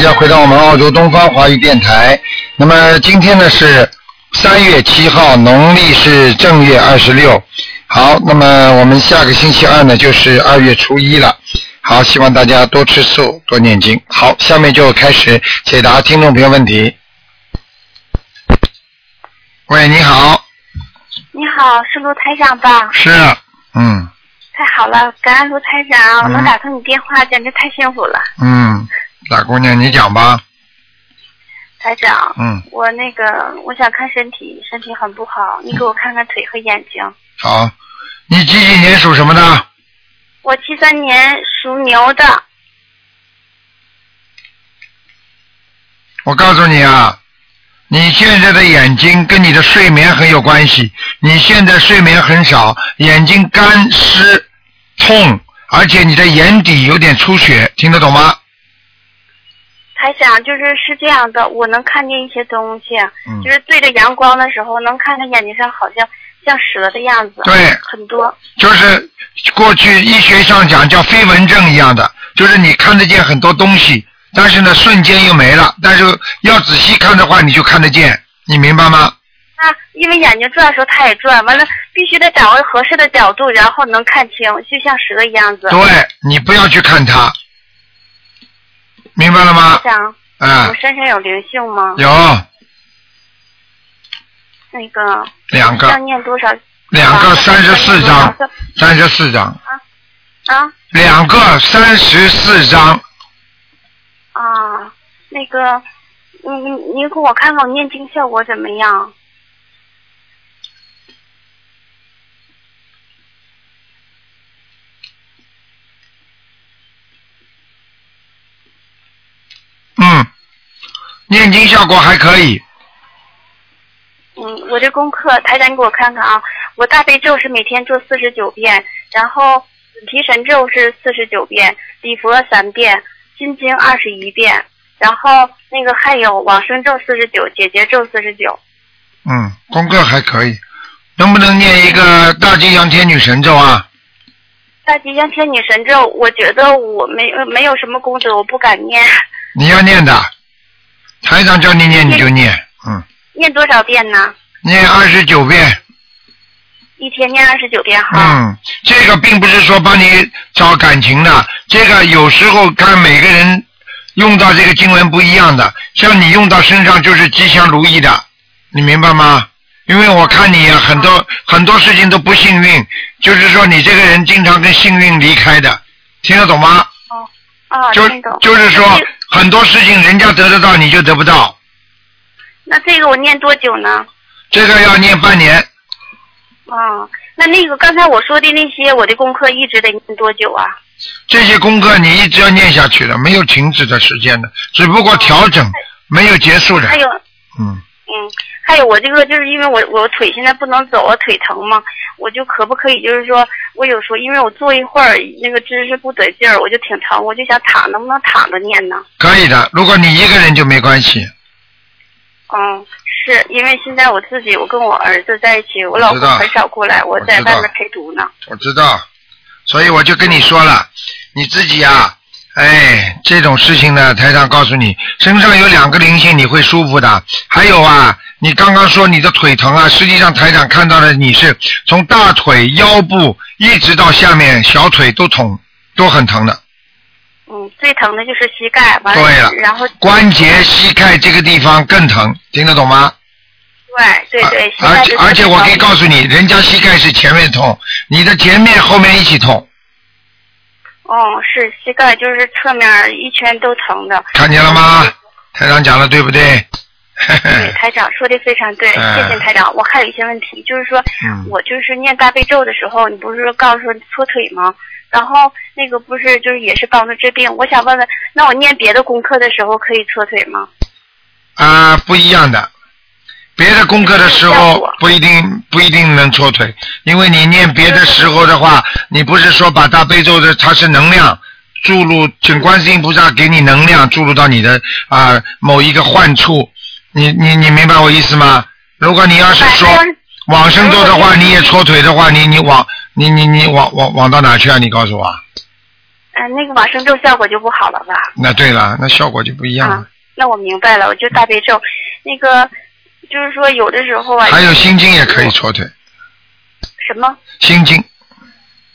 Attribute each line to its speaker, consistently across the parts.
Speaker 1: 家回到我们澳洲东方华语电台。那么今天呢是三月七号，农历是正月二十六。好，那么我们下个星期二呢就是二月初一了。好，希望大家多吃素，多念经。好，下面就开始解答听众朋友问题。喂，你好，
Speaker 2: 你好，是卢台长吧？
Speaker 1: 是，嗯
Speaker 2: 太好了，感恩卢台长，
Speaker 1: 嗯
Speaker 2: 能打通你电话，简直太幸福了，
Speaker 1: 嗯，大姑娘，你讲吧，
Speaker 2: 台长。
Speaker 1: 嗯，
Speaker 2: 我那个，我想看身体，身体很不好，你给我看看腿和眼睛。
Speaker 1: 好，你几几年属什么的？
Speaker 2: 我七三年属牛的，
Speaker 1: 我告诉你啊，你现在的眼睛跟你的睡眠很有关系。你现在睡眠很少，眼睛干湿痛，而且你的眼底有点出血，听得懂吗？
Speaker 2: 台长就是是这样的，我能看见一些东西，
Speaker 1: 嗯
Speaker 2: 就，是对着阳光的时候，能看他眼睛上好像像蛇的样子，
Speaker 1: 对
Speaker 2: 很多。
Speaker 1: 就是过去医学上讲叫飞蚊症一样的，就是你看得见很多东西，但是呢瞬间又没了。但是要仔细看的话，你就看得见，你明白吗？
Speaker 2: 他因为眼睛转的时候，他也转，完了必须得找个合适的角度，然后能看清，就像蛇一样子。
Speaker 1: 对，你不要去看它，明白了吗
Speaker 2: 台？长，
Speaker 1: 啊、
Speaker 2: 我身上有灵性吗？
Speaker 1: 有
Speaker 2: 那个
Speaker 1: 两个。
Speaker 2: 要念多少？
Speaker 1: 啊两个三十四张，三十四张，
Speaker 2: 啊
Speaker 1: 两个三十四张，
Speaker 2: 啊，那个，你你你给我看看我念经效果怎么样？
Speaker 1: 嗯，念经效果还可以，
Speaker 2: 嗯，我这功课，台长你给我看看啊，我大悲咒是每天做四十九遍，然后准提神咒是四十九遍，礼佛三遍，心经二十一遍，然后那个还有往生咒四十九，解结咒四十九。
Speaker 1: 嗯，功课还可以，能不能念一个大吉祥天女神咒啊？
Speaker 2: 大吉祥天女神咒，我觉得我没呃没有什么功德，我不敢念，
Speaker 1: 你要念的，台长叫你念你就念，嗯，
Speaker 2: 念多少遍呢？
Speaker 1: 念二十九遍，
Speaker 2: 一天念二十九遍哈。
Speaker 1: 嗯，这个并不是说帮你找感情的，这个有时候看每个人用到这个经文不一样的，像你用到身上就是吉祥如意的，你明白吗？因为我看你啊很多很多事情都不幸运，就是说你这个人经常跟幸运离开的，听得懂吗？
Speaker 2: 啊，
Speaker 1: 就
Speaker 2: 听懂。
Speaker 1: 就是
Speaker 2: 那
Speaker 1: 说
Speaker 2: 这
Speaker 1: 很多事情人家得得到你就得不到，
Speaker 2: 那这个我念多久呢？
Speaker 1: 这个要念半年，
Speaker 2: 啊，那那个刚才我说的那些，我的功课一直得念多久啊？
Speaker 1: 这些功课你一直要念下去的，没有停止的时间的，只不过调整，没有结束的
Speaker 2: 还。有，
Speaker 1: 嗯，
Speaker 2: 嗯，还有我这个就是因为我我腿现在不能走，我腿疼嘛，我就可不可以就是说我有时候因为我坐一会儿那个姿势不得劲儿，我就挺疼，我就想躺，能不能躺着念呢？
Speaker 1: 可以的。如果你一个人就没关系，
Speaker 2: 嗯，是因为现在我自己，我跟我儿子在一起，我老
Speaker 1: 我
Speaker 2: 公
Speaker 1: 知道
Speaker 2: 很少过来，我在
Speaker 1: 我知道
Speaker 2: 外面陪读呢。
Speaker 1: 我知道，所以我就跟你说了，你自己啊，哎，这种事情呢，台长告诉你，身上有两个灵性，你会舒服的。还有啊，你刚刚说你的腿疼啊，实际上台长看到的你是从大腿、腰部一直到下面小腿都痛，都很疼的。
Speaker 2: 嗯，最疼的就是膝盖，完
Speaker 1: 对了
Speaker 2: 然后
Speaker 1: 关节、膝盖这个地方更疼，听得懂吗？啊
Speaker 2: 对对对，膝
Speaker 1: 而
Speaker 2: 盖
Speaker 1: 且
Speaker 2: 就
Speaker 1: 而且我可以
Speaker 2: 最疼
Speaker 1: 告诉你，人家膝盖是前面痛，你的前面后面一起痛，
Speaker 2: 哦，是膝盖就是侧面一圈都疼的。
Speaker 1: 看见了吗？台长讲的对不对？
Speaker 2: 对，台长说的非常对，
Speaker 1: 嗯
Speaker 2: 谢谢台长。我还有一些问题，就是说
Speaker 1: 嗯，
Speaker 2: 我就是念大悲咒的时候，你不是告诉说搓腿吗？然后那个不是就是也是帮助治病，我想问问，那我念别的功课的时候可以搓腿吗？
Speaker 1: 啊，不一样的。别的功课的时
Speaker 2: 效
Speaker 1: 候
Speaker 2: 果
Speaker 1: 不一定不一定能搓腿，因为你念别的时候的话，你不是说把大悲咒的它是能量注入，请观世音菩萨给你能量注入到你的啊、某一个患处，你你你明白我意思吗？如果你要是说
Speaker 2: 晚上
Speaker 1: 往生咒的话，你也搓腿的话，你你往你你你往往往到哪去啊？你告诉我啊，
Speaker 2: 嗯，那个往生咒效果就不好了吧？
Speaker 1: 那对了，那效果就不一样
Speaker 2: 啊
Speaker 1: 了。，
Speaker 2: 那我明白了，我就大悲咒，那个就是说有的时候啊，
Speaker 1: 还有心经也可以搓腿，
Speaker 2: 什么
Speaker 1: 心经，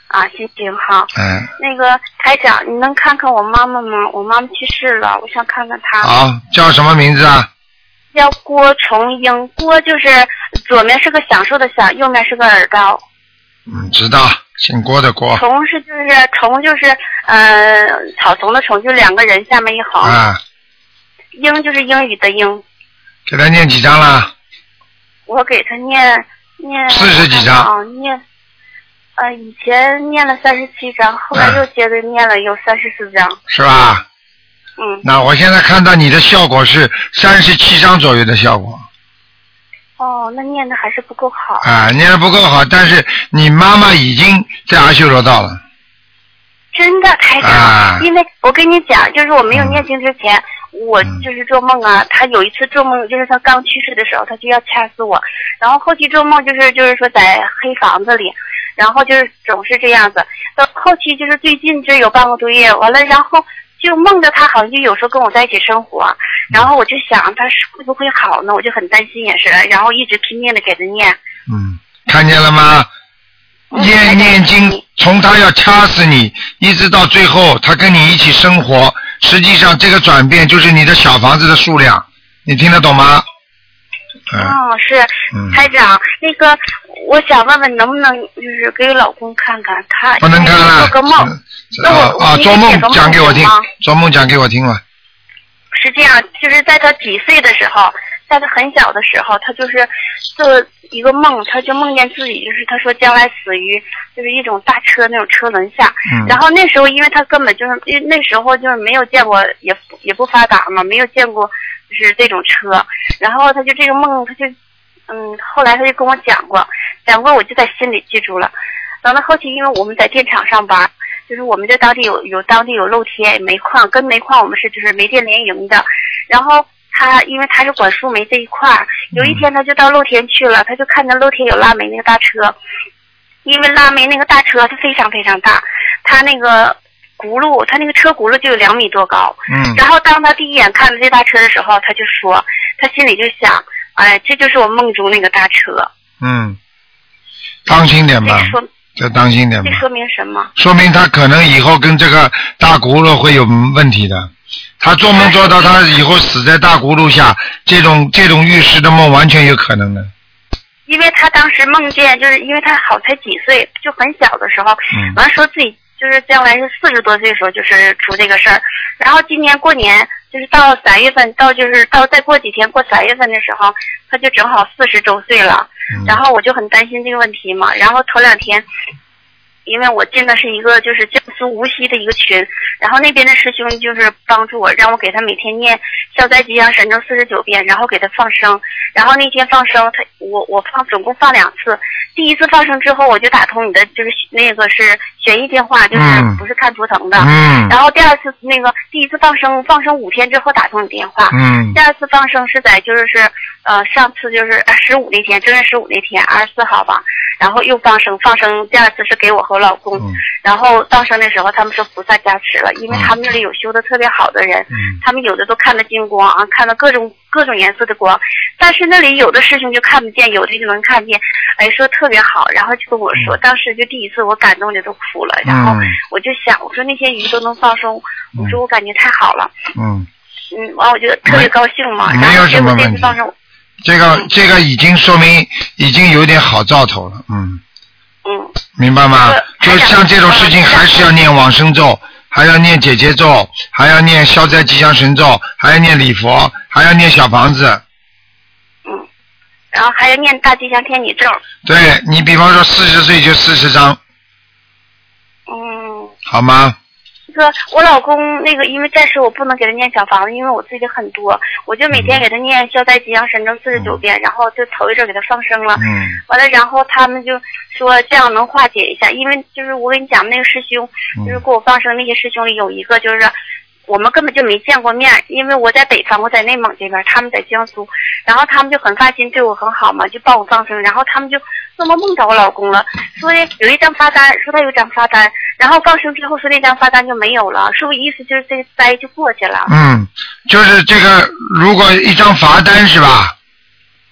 Speaker 2: 啊，心经哈。
Speaker 1: 嗯，
Speaker 2: 那个台长，你能看看我妈妈吗？我妈妈去世了，我想看看她。
Speaker 1: 好，叫什么名字啊？
Speaker 2: 叫郭崇英，郭就是左面是个享受的享，右面是个耳朵。
Speaker 1: 嗯，知道，姓郭的郭，
Speaker 2: 虫是就是虫就是嗯、呃、草丛的虫，就两个人下面一横。
Speaker 1: 啊，
Speaker 2: 英就是英语的英。
Speaker 1: 给他念几张了？
Speaker 2: 我给他念念
Speaker 1: 40几张
Speaker 2: 啊，念呃以前念了三十七章，
Speaker 1: 嗯
Speaker 2: 后来又接着念了有三十四章，
Speaker 1: 是吧？
Speaker 2: 嗯，
Speaker 1: 那我现在看到你的效果是三十七张左右的效果，
Speaker 2: 哦，那念的还是不够好，
Speaker 1: 啊，念的不够好，但是你妈妈已经在阿修罗道了，
Speaker 2: 真的台长，
Speaker 1: 啊
Speaker 2: 因为我跟你讲，就是我没有念经之前。我
Speaker 1: 嗯
Speaker 2: 就是做梦啊，他有一次做梦，就是他刚去世的时候，他就要掐死我。然后后期做梦就是就是说在黑房子里，然后就是总是这样子。到后期就是最近这有半个多月，完了然后就梦着他好像就有时候跟我在一起生活，然后我就想他是会不会好呢？我就很担心也是，然后一直拼命的给他念。
Speaker 1: 嗯，看见了吗？
Speaker 2: 嗯
Speaker 1: 念念经，从他要掐死你，一直到最后他跟你一起生活，实际上这个转变就是你的小房子的数量，你听得懂吗？嗯
Speaker 2: 嗯，是
Speaker 1: 嗯，
Speaker 2: 台长，那个我想问问能不能就是给老公看看他，
Speaker 1: 不能看了
Speaker 2: 哎做个梦，
Speaker 1: 啊
Speaker 2: 那我
Speaker 1: 啊！
Speaker 2: 我
Speaker 1: 做梦
Speaker 2: 理解个梦
Speaker 1: 讲给我听
Speaker 2: 行吗，
Speaker 1: 做梦讲给我听吧。
Speaker 2: 是这样，就是在他几岁的时候，在他很小的时候，他就是做一个梦，他就梦见自己就是他说将来死于就是一种大车那种车轮下，
Speaker 1: 嗯
Speaker 2: 然后那时候因为他根本就是因为那时候就是没有见过也不也不发达嘛，没有见过就是这种车，然后他就这个梦他就嗯，后来他就跟我讲过，讲过我就在心里记住了。等到后期，因为我们在电厂上班，就是我们在当地有有当地有露天煤矿，跟煤矿我们是就是煤电联营的。然后他因为他是管输煤这一块儿，有一天他就到露天去了，他就看见露天有拉煤那个大车，因为拉煤那个大车它非常非常大，它那个轱辘，它那个车轱辘就有两米多高。
Speaker 1: 嗯
Speaker 2: 然后当他第一眼看到这大车的时候，他就说，他心里就想，哎，这就是我梦中那个大车。
Speaker 1: 嗯，当心点
Speaker 2: 这
Speaker 1: 吧，
Speaker 2: 说
Speaker 1: 再当心点吧
Speaker 2: 这。说明什么？
Speaker 1: 说明他可能以后跟这个大轱辘会有问题的。他做梦做到他以后死在大轱辘下，这种这种预示的梦完全有可能的。
Speaker 2: 因为他当时梦见，就是因为他好才几岁，就很小的时候，
Speaker 1: 嗯
Speaker 2: 完说自己就是将来是四十多岁的时候，就是出这个事儿。然后今年过年，就是到三月份，到就是到再过几天过三月份的时候，他就正好四十周岁了。
Speaker 1: 嗯
Speaker 2: 然后我就很担心这个问题嘛。然后头两天，因为我进的是一个就是江苏无锡的一个群，然后那边的师兄就是帮助我，让我给他每天念消灾吉祥神咒四十九遍，然后给他放生。然后那天放生，他我我放总共放两次。第一次放生之后，我就打通你的就是那个是悬疑电话，就是
Speaker 1: 嗯
Speaker 2: 不是看图腾的。
Speaker 1: 嗯
Speaker 2: 啊然后第二次那个第一次放生，放生五天之后打通你电话。
Speaker 1: 嗯
Speaker 2: 第二次放生是在就是呃上次就是十五那天，正月十五那天，二十四号吧。然后又放生，放生第二次是给我和我老公。
Speaker 1: 嗯
Speaker 2: 然后放生的时候，他们说菩萨加持了，因为
Speaker 1: 嗯
Speaker 2: 他们那里有修的特别好的人，
Speaker 1: 嗯
Speaker 2: 他们有的都看得金光啊，看到各种各种颜色的光，但是那里有的师兄就看不见，有的就能看见，哎，说特别好，然后就跟我说，当时就第一次我感动的都哭了，然后
Speaker 1: 嗯
Speaker 2: 我就想，我说那些鱼都能放生，我
Speaker 1: 嗯
Speaker 2: 说我感觉太好了，
Speaker 1: 嗯，
Speaker 2: 嗯，完我就特别高兴嘛，
Speaker 1: 没
Speaker 2: 然
Speaker 1: 哎没有
Speaker 2: 后
Speaker 1: 什
Speaker 2: 结
Speaker 1: 么
Speaker 2: 果
Speaker 1: 问题
Speaker 2: 这次放生，
Speaker 1: 这个这个已经说明已经有点好兆头了。嗯，
Speaker 2: 嗯，
Speaker 1: 明白吗
Speaker 2: 呃？
Speaker 1: 就像这种事情，还是要念往生咒，还要念姐姐咒，还要念消灾吉祥神咒，还要念礼佛，还要念小房子。
Speaker 2: 然后还要念大吉祥天女咒，
Speaker 1: 对你，比方说四十岁就四十张，
Speaker 2: 嗯。
Speaker 1: 好吗？
Speaker 2: 那个我老公那个，因为暂时我不能给他念小房子，因为我自己的很多，我就每天给他念消灾吉祥神咒四十九遍，然后就头一阵给他放生了。
Speaker 1: 嗯
Speaker 2: 完了，然后他们就说这样能化解一下，因为就是我跟你讲那个师兄，就是
Speaker 1: 嗯
Speaker 2: 给我放生那些师兄里有一个就是。我们根本就没见过面，因为我在北方，我在内蒙这边，他们在江苏，然后他们就很发心，对我很好嘛，就帮我放生，然后他们就做梦梦到我老公了，说有一张罚单，说他有一张罚单，然后放生之后说那张发单就没有了，是不是意思就是这个灾就过去了？
Speaker 1: 嗯，就是这个，如果一张罚单是吧？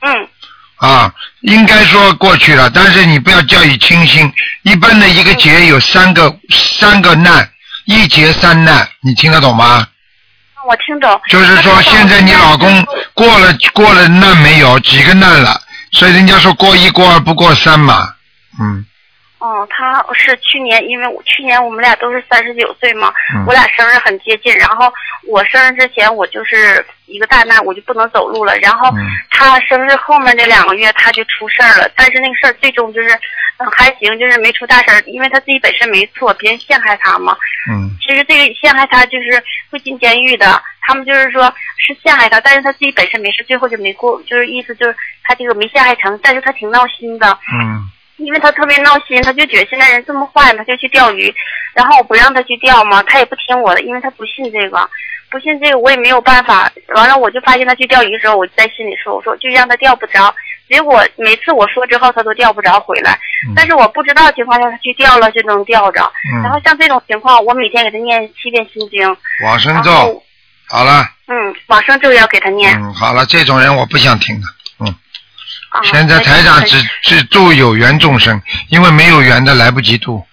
Speaker 2: 嗯，
Speaker 1: 啊，应该说过去了，但是你不要掉以轻心。一般的一个劫有三个三个难，一劫三难，你听得懂吗？
Speaker 2: 我听懂。
Speaker 1: 就是说，现在你老公过了过了难没有？几个难了？所以人家说过一过二不过三嘛，嗯，
Speaker 2: 哦，他是去年，因为我去年我们俩都是三十九岁嘛，
Speaker 1: 嗯
Speaker 2: 我俩生日很接近。然后我生日之前，我就是一个大难，我就不能走路了。然后
Speaker 1: 嗯
Speaker 2: 他生日后面那两个月，他就出事儿了。但是那个事儿最终就是，嗯，还行，就是没出大事儿，因为他自己本身没错，别人陷害他嘛。
Speaker 1: 嗯，
Speaker 2: 其实这个陷害他就是会进监狱的。他们就是说是陷害他，但是他自己本身没事，最后就没过，就是意思就是他这个没陷害成，但是他挺闹心的。
Speaker 1: 嗯，
Speaker 2: 因为他特别闹心，他就觉得现在人这么坏嘛，他就去钓鱼，然后我不让他去钓嘛，他也不听我的，因为他不信这个，不信这个我也没有办法。完了，我就发现他去钓鱼的时候，我就在心里说，我说就让他钓不着。结果每次我说之后，他都钓不着回来
Speaker 1: 嗯，
Speaker 2: 但是我不知道的情况下，他去钓了就能钓着。
Speaker 1: 嗯
Speaker 2: 然后像这种情况，我每天给他念七遍心经，
Speaker 1: 往生嗯
Speaker 2: 然
Speaker 1: 咒
Speaker 2: 后
Speaker 1: 好了，
Speaker 2: 嗯，往生咒也要给他念。
Speaker 1: 嗯，好了，这种人我不想听了。
Speaker 2: 啊
Speaker 1: 现在台长只只度有缘众生，因为没有缘的来不及度，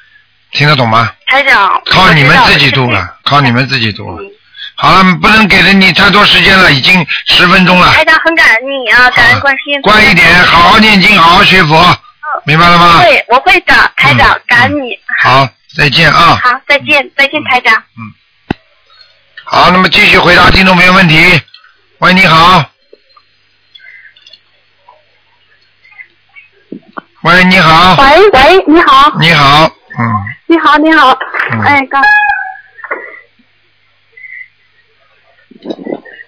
Speaker 1: 听得懂吗？
Speaker 2: 台长
Speaker 1: 靠你们自己度。
Speaker 2: 我知道
Speaker 1: 了，靠你们自己度
Speaker 2: 嗯
Speaker 1: 了。好了，不能给了你太多时间了，已经十分钟了，
Speaker 2: 台长很感恩你啊，感恩观世音菩萨。
Speaker 1: 啊乖一点，好好念经，好好学佛，明白了吗？
Speaker 2: 对，我会的，台长
Speaker 1: 嗯，
Speaker 2: 感恩你。
Speaker 1: 好，再见啊。
Speaker 2: 好，再见，再见，台长。
Speaker 1: 好，那么继续回答听众朋友问题。喂，你好。喂，你好，
Speaker 3: 喂喂，你好，
Speaker 1: 你好，嗯，
Speaker 3: 你好，你好
Speaker 1: 嗯，
Speaker 3: 哎，感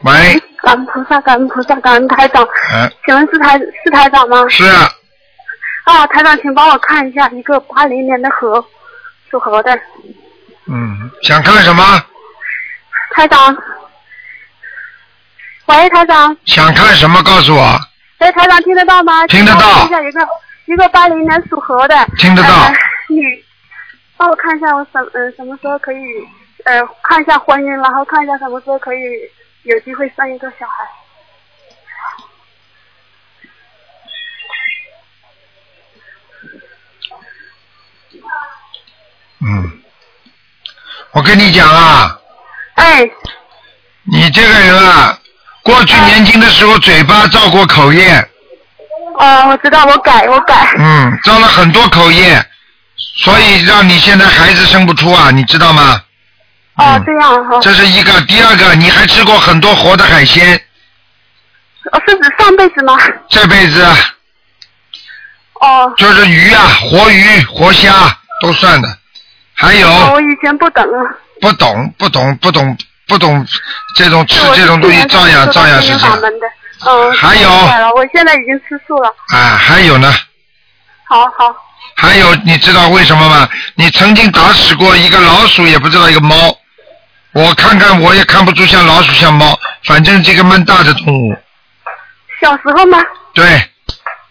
Speaker 1: 喂，
Speaker 3: 感恩菩萨，感恩菩萨，感恩台长，
Speaker 1: 嗯，
Speaker 3: 请问是台是台长吗？
Speaker 1: 是啊，
Speaker 3: 啊，台长，请帮我看一下一个八零年的河，属河的
Speaker 1: 嗯，想看什么？
Speaker 3: 台长。喂，台长，
Speaker 1: 想看什么？告诉我，
Speaker 3: 喂，台长听得到吗？
Speaker 1: 听得到
Speaker 3: 请帮我看一下一个一个八零年属河的，
Speaker 1: 听得到
Speaker 3: 呃女，帮我看一下我什呃什么时候可以呃看一下婚姻，然后看一下什么时候可以有机会生一个小孩。
Speaker 1: 嗯，我跟你讲啊，
Speaker 3: 哎，
Speaker 1: 你这个人啊，过去年轻的时候嘴巴造过口业，
Speaker 3: 哦，我知道，我改，我改。
Speaker 1: 嗯，造了很多口业，所以让你现在孩子生不出啊，你知道吗？
Speaker 3: 哦
Speaker 1: 嗯，
Speaker 3: 这样哈、
Speaker 1: 这是一个，第二个，你还吃过很多活的海鲜，
Speaker 3: 哦，是指上辈子吗？
Speaker 1: 这辈子啊
Speaker 3: 哦，
Speaker 1: 就是鱼啊，活鱼、活虾都算的。还
Speaker 3: 哦
Speaker 1: 有
Speaker 3: 我以前不懂啊。
Speaker 1: 不懂、不懂、不懂、不懂这种吃
Speaker 3: 是我
Speaker 1: 这种东西，
Speaker 3: 之前
Speaker 1: 照样
Speaker 3: 做
Speaker 1: 照样是
Speaker 3: 心灵
Speaker 1: 这
Speaker 3: 法
Speaker 1: 样。
Speaker 3: 门的。嗯，
Speaker 1: 还有
Speaker 3: 明白了，我现在已经吃素了。
Speaker 1: 啊，还有呢，
Speaker 3: 好好。
Speaker 1: 还有，你知道为什么吗？你曾经打死过一个老鼠，也不知道一个猫。我看看，我也看不出像老鼠像猫，反正这个蛮大的动物。
Speaker 3: 小时候吗？
Speaker 1: 对，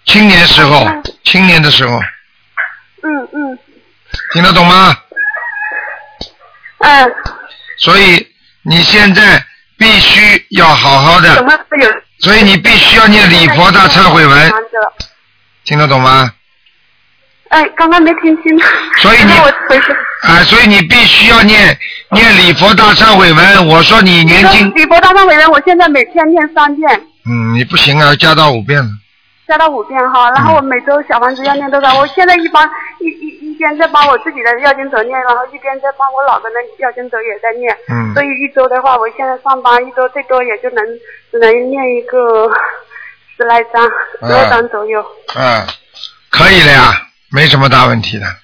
Speaker 1: 青年时候，青年的时候，
Speaker 3: 嗯嗯
Speaker 1: 听得懂吗？
Speaker 3: 嗯，
Speaker 1: 所以你现在必须要好好
Speaker 3: 怎
Speaker 1: 的，
Speaker 3: 么有？
Speaker 1: 所以你必须要念礼佛大忏悔文，听得懂吗？
Speaker 3: 哎，刚刚没听清。
Speaker 1: 所以你
Speaker 3: 那我回去。
Speaker 1: 啊，所以你必须要念念礼佛大忏悔文。我说你年轻，
Speaker 3: 李博大忏悔文，我现在每天念三遍，
Speaker 1: 嗯，你不行啊，加到五遍了。
Speaker 3: 加到五遍哈。然后
Speaker 1: 嗯
Speaker 3: 我每周小房子要念多少？我现在一帮一一一边在帮我自己的药经者念，然后一边在帮我老公的药经者也在念。
Speaker 1: 嗯
Speaker 3: 所，以一周的话，我现在上班一周最多也就能只能念一个十来张、十二张左右。
Speaker 1: 啊，可以的呀，没什么大问题的。嗯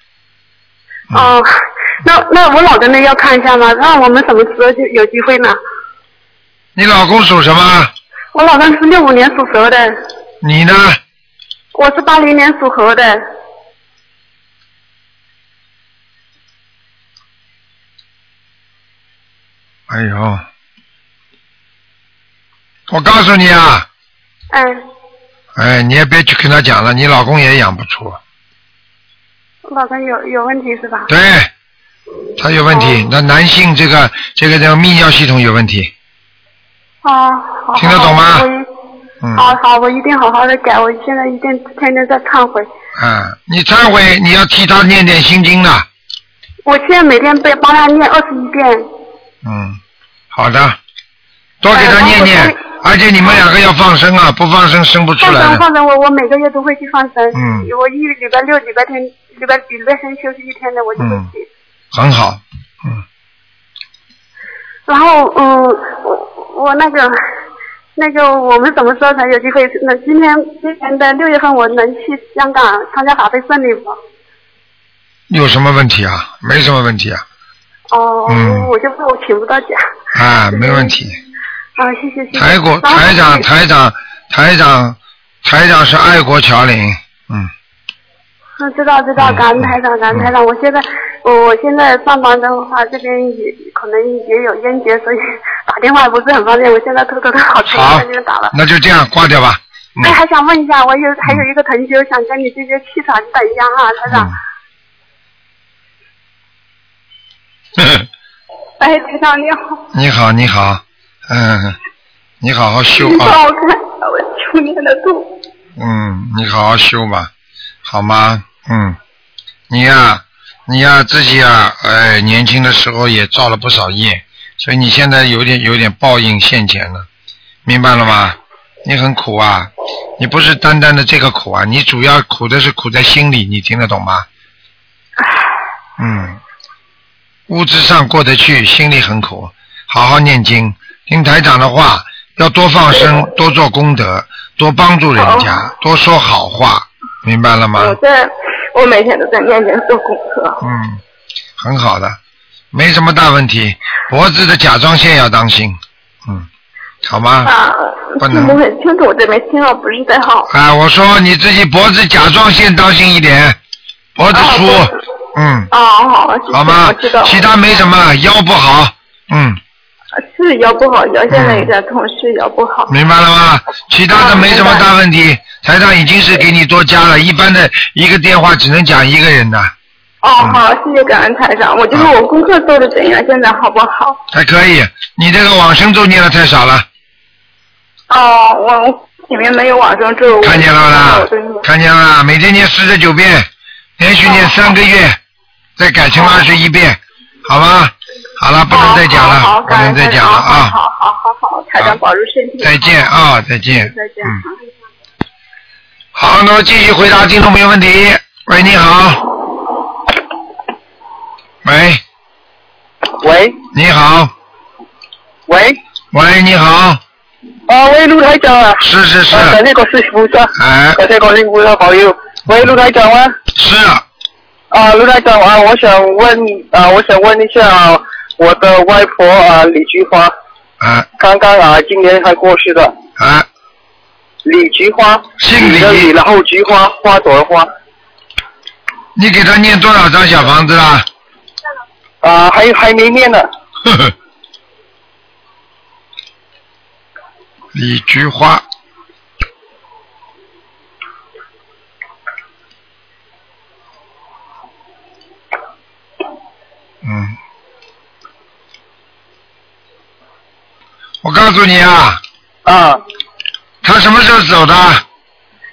Speaker 3: 哦， 那那我老公的要看一下吗？那我们什么时候就有机会呢？
Speaker 1: 你老公属什么？
Speaker 3: 我老公是六五年属蛇的，
Speaker 1: 你呢？
Speaker 3: 我是八零年属猴的。
Speaker 1: 哎呦，我告诉你啊，
Speaker 3: 嗯，
Speaker 1: 哎，你也别去跟他讲了，你老公也养不出。
Speaker 3: 我老公有有问题是吧？
Speaker 1: 啊对，他有问题
Speaker 3: 哦。
Speaker 1: 那男性这个这个这个泌尿系统有问题，
Speaker 3: 啊，好好
Speaker 1: 听得懂吗
Speaker 3: 好我
Speaker 1: 嗯
Speaker 3: 好好，我一定好好的改，我现在一定天天在忏悔。
Speaker 1: 啊，你忏悔你要替他念点心经了，
Speaker 3: 我现在每天被帮他念二十一遍。
Speaker 1: 嗯，好的，多给他
Speaker 3: 哎
Speaker 1: 念
Speaker 3: 然后
Speaker 1: 念
Speaker 3: 我，
Speaker 1: 而且你们两个要放生啊，不放生生不出
Speaker 3: 放
Speaker 1: 来
Speaker 3: 生
Speaker 1: 的，
Speaker 3: 放生，我我每个月都会去放生。
Speaker 1: 嗯
Speaker 3: 我一礼拜六、礼拜天、礼拜礼拜天休息一天的，我就会
Speaker 1: 嗯
Speaker 3: 去。
Speaker 1: 很好，嗯，
Speaker 3: 然后嗯，我我那个那个，我们什么时候才有机会？那今天今年的六月份，我能去香港参加法会胜利不？
Speaker 1: 有什么问题啊？没什么问题啊，
Speaker 3: 哦，
Speaker 1: 嗯
Speaker 3: 我就怕我请不到假。
Speaker 1: 啊，没问题。
Speaker 3: 啊，谢谢谢谢。
Speaker 1: 台国
Speaker 3: 然后
Speaker 1: 台长台长台长台长是爱国侨领，嗯，
Speaker 3: 嗯，知道知道，感恩台长，感恩台长。我现在，我我现在上班的话，这边也可能也有烟节，所以 打电话不是很方便。我现在偷偷的好长
Speaker 1: 好
Speaker 3: 在那边打了。
Speaker 1: 那就这样挂掉吧。
Speaker 3: 哎，
Speaker 1: 嗯
Speaker 3: 还想问一下，我有还有一个同学想跟你这些气场，你等一下哈，台长。
Speaker 1: 嗯，
Speaker 3: 哎，台长你好，
Speaker 1: 你好你好，嗯，你好好修
Speaker 3: 你帮
Speaker 1: 啊，
Speaker 3: 我看我求你的度。
Speaker 1: 嗯，你好好修吧，好吗？嗯，你呀、你呀、自己呀、哎，年轻的时候也造了不少业，所以你现在有点有点报应现前了，明白了吗？你很苦啊，你不是单单的这个苦啊，你主要苦的是苦在心里，你听得懂吗？嗯，物质上过得去，心里很苦，好好念经，听台长的话，要多放生，多做功德，多帮助人家，多说好话，明白了吗？
Speaker 4: 哦我在，我每天都在面前做功课。
Speaker 1: 嗯，很好的，没什么大问题。脖子的甲状腺要当心，嗯，好吗？
Speaker 4: 啊，
Speaker 1: 不
Speaker 4: 听
Speaker 1: 能
Speaker 4: 不很清楚，我这没听到，不是太好。
Speaker 1: 啊，我说你自己脖子甲状腺当心一点，脖子粗，
Speaker 4: 啊
Speaker 1: 嗯，
Speaker 4: 啊，好，谢谢
Speaker 1: 好吗
Speaker 4: 我知道。？
Speaker 1: 其他没什么，腰不好，嗯，
Speaker 4: 是腰不好，腰现在有点痛，是腰不好。
Speaker 1: 明白了吗？其他的
Speaker 4: 啊
Speaker 1: 没什么
Speaker 4: 明白
Speaker 1: 大问题。台上已经是给你多加了，一般的一个电话只能讲一个人的，
Speaker 4: 哦，
Speaker 1: 嗯
Speaker 4: 好，谢谢感恩台长。我就说我功课做的怎样，现在好不好？
Speaker 1: 还可以。你这个往生咒念的太少了，
Speaker 4: 哦，我里面没有往生咒。
Speaker 1: 看见了吧
Speaker 4: 我都念
Speaker 1: 看见了吧，每天念四十九遍，连续念三个月，再改成二十一遍，好吗？好了，不能再讲
Speaker 4: 好好好
Speaker 1: 了，不能再讲
Speaker 4: 感恩台长哦
Speaker 1: 了啊！
Speaker 4: 好好好好好，台
Speaker 1: 啊
Speaker 4: 长保重身体。
Speaker 1: 再见啊，再见。
Speaker 4: 再见。
Speaker 1: 嗯。好，那么继续回答听众朋友问题。喂，你好。喂，
Speaker 5: 喂
Speaker 1: 你好。
Speaker 5: 喂，
Speaker 1: 喂，你好。
Speaker 5: 啊喂，卢台长啊，
Speaker 1: 是是是，
Speaker 5: 啊，感谢观世音菩萨，
Speaker 1: 哎，
Speaker 5: 感谢观世音菩萨啊保佑。喂，卢台长吗？
Speaker 1: 是
Speaker 5: 啊，卢台长啊，我想问啊，我想问一下、啊、我的外婆啊，李菊花，
Speaker 1: 啊
Speaker 5: 刚刚啊，今年才过世的
Speaker 1: 啊，
Speaker 5: 李菊花，
Speaker 1: 姓
Speaker 5: 的李，
Speaker 1: 李，
Speaker 5: 然后菊花，花朵的花
Speaker 1: 你给他念多少张小房子啦？
Speaker 5: 啊，还还没念呢。
Speaker 1: 呵呵， 李菊花。嗯，我告诉你啊，
Speaker 5: 啊，
Speaker 1: 他什么时候走的？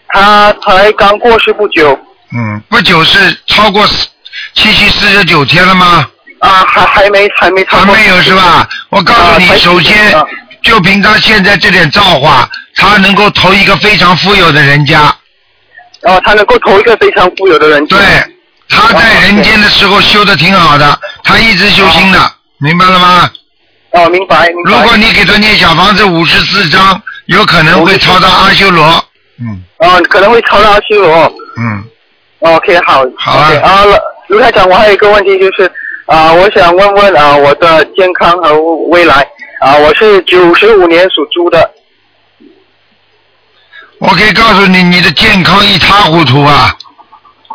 Speaker 5: 她才刚过世不久
Speaker 1: 嗯，不久是超过四七七四十九天了吗？
Speaker 5: 啊，还还没还没超
Speaker 1: 还
Speaker 5: 过
Speaker 1: 没有是吧？我告诉你
Speaker 5: 啊，才
Speaker 1: 首先
Speaker 5: 啊
Speaker 1: 就凭他现在这点造化，他能够投一个非常富有的人家。
Speaker 5: 哦，她能够投一个非常富有的人家
Speaker 1: 对，他在人间的时候修的挺好的，他一直修心的，明白了吗？
Speaker 5: 哦，明白明白。
Speaker 1: 如果你给他念小房子五十四章，有可能会超到阿修罗。嗯
Speaker 5: 哦，可能会超到虚罗。
Speaker 1: 嗯，
Speaker 5: 哦 OK，好。
Speaker 1: 好啊
Speaker 5: OK，啊，卢卢台长，我还有一个问题就是，啊、我想问问啊、我的健康和未来。啊、我是九十五年属猪的。
Speaker 1: 我可以告诉你，你的健康一塌糊涂啊！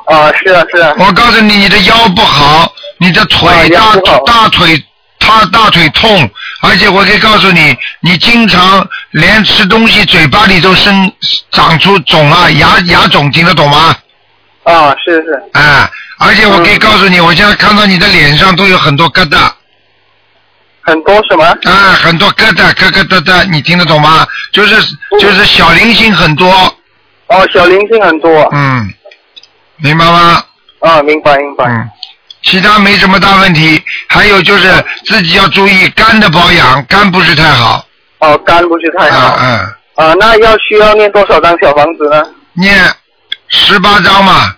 Speaker 5: 啊、是啊，是啊。
Speaker 1: 我告诉你，你的腰不好，你的
Speaker 5: 啊
Speaker 1: 腿
Speaker 5: 腰
Speaker 1: 大
Speaker 5: 不好
Speaker 1: 大腿他大腿痛，而且我可以告诉你，你经常连吃东西嘴巴里都生长出肿啊，牙牙肿，听得懂吗？
Speaker 5: 啊、是是。
Speaker 1: 啊，而且我可以告诉你，我现在看到你的脸上都有很多疙瘩，
Speaker 5: 很多什么？
Speaker 1: 啊，很多疙瘩，疙疙瘩瘩，你听得懂吗？就是就是小灵性很多，
Speaker 5: 哦，小灵性很多啊，
Speaker 1: 嗯，明白吗？
Speaker 5: 啊，明白明白。
Speaker 1: 嗯，其他没什么大问题。还有就是自己要注意肝的保养，肝不是太好。
Speaker 5: 哦，肝不是太
Speaker 1: 啊
Speaker 5: 好。
Speaker 1: 嗯，
Speaker 5: 啊，那要需要念多少张小房子呢？
Speaker 1: 念十八章嘛，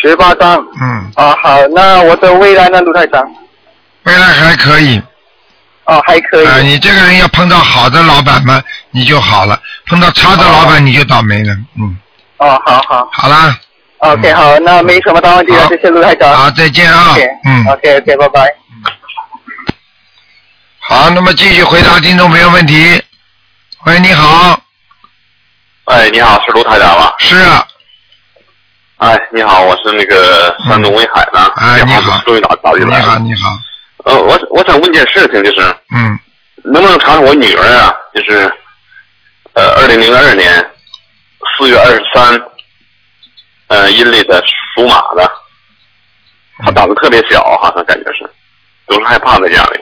Speaker 5: 十八张。
Speaker 1: 嗯，
Speaker 5: 啊，好，那我的未来呢，卢太长？
Speaker 1: 未来还可以。
Speaker 5: 哦，还可以。
Speaker 1: 啊、你这个人要碰到好的老板嘛，你就好了；碰到差的老板，你就倒霉了。嗯，
Speaker 5: 哦，好好。
Speaker 1: 好啦，
Speaker 5: OK，好，那没什么大问题了，
Speaker 1: 嗯好
Speaker 5: 谢谢卢太长。
Speaker 1: 好，再见啊
Speaker 5: OK，。
Speaker 1: 嗯，
Speaker 5: ，OK，OK，拜拜。
Speaker 1: 好，那么继续回答听众朋友问题。喂，你好，
Speaker 6: 哎，你好，是卢台长吧？
Speaker 1: 是啊，
Speaker 6: 哎，你好，我是那个山东威海的，
Speaker 1: 哎
Speaker 6: 电话
Speaker 1: 你好
Speaker 6: 终于打打进
Speaker 1: 你
Speaker 6: 来
Speaker 1: 好，
Speaker 6: 了。
Speaker 1: 你好，
Speaker 6: 呃，我我想问件事情，就是
Speaker 1: 嗯，
Speaker 6: 能不能查查我女儿啊？就是呃，二零零二年四月二十三，呃，阴历的属马的，她胆子特别小，好像感觉是，总是害怕在家里。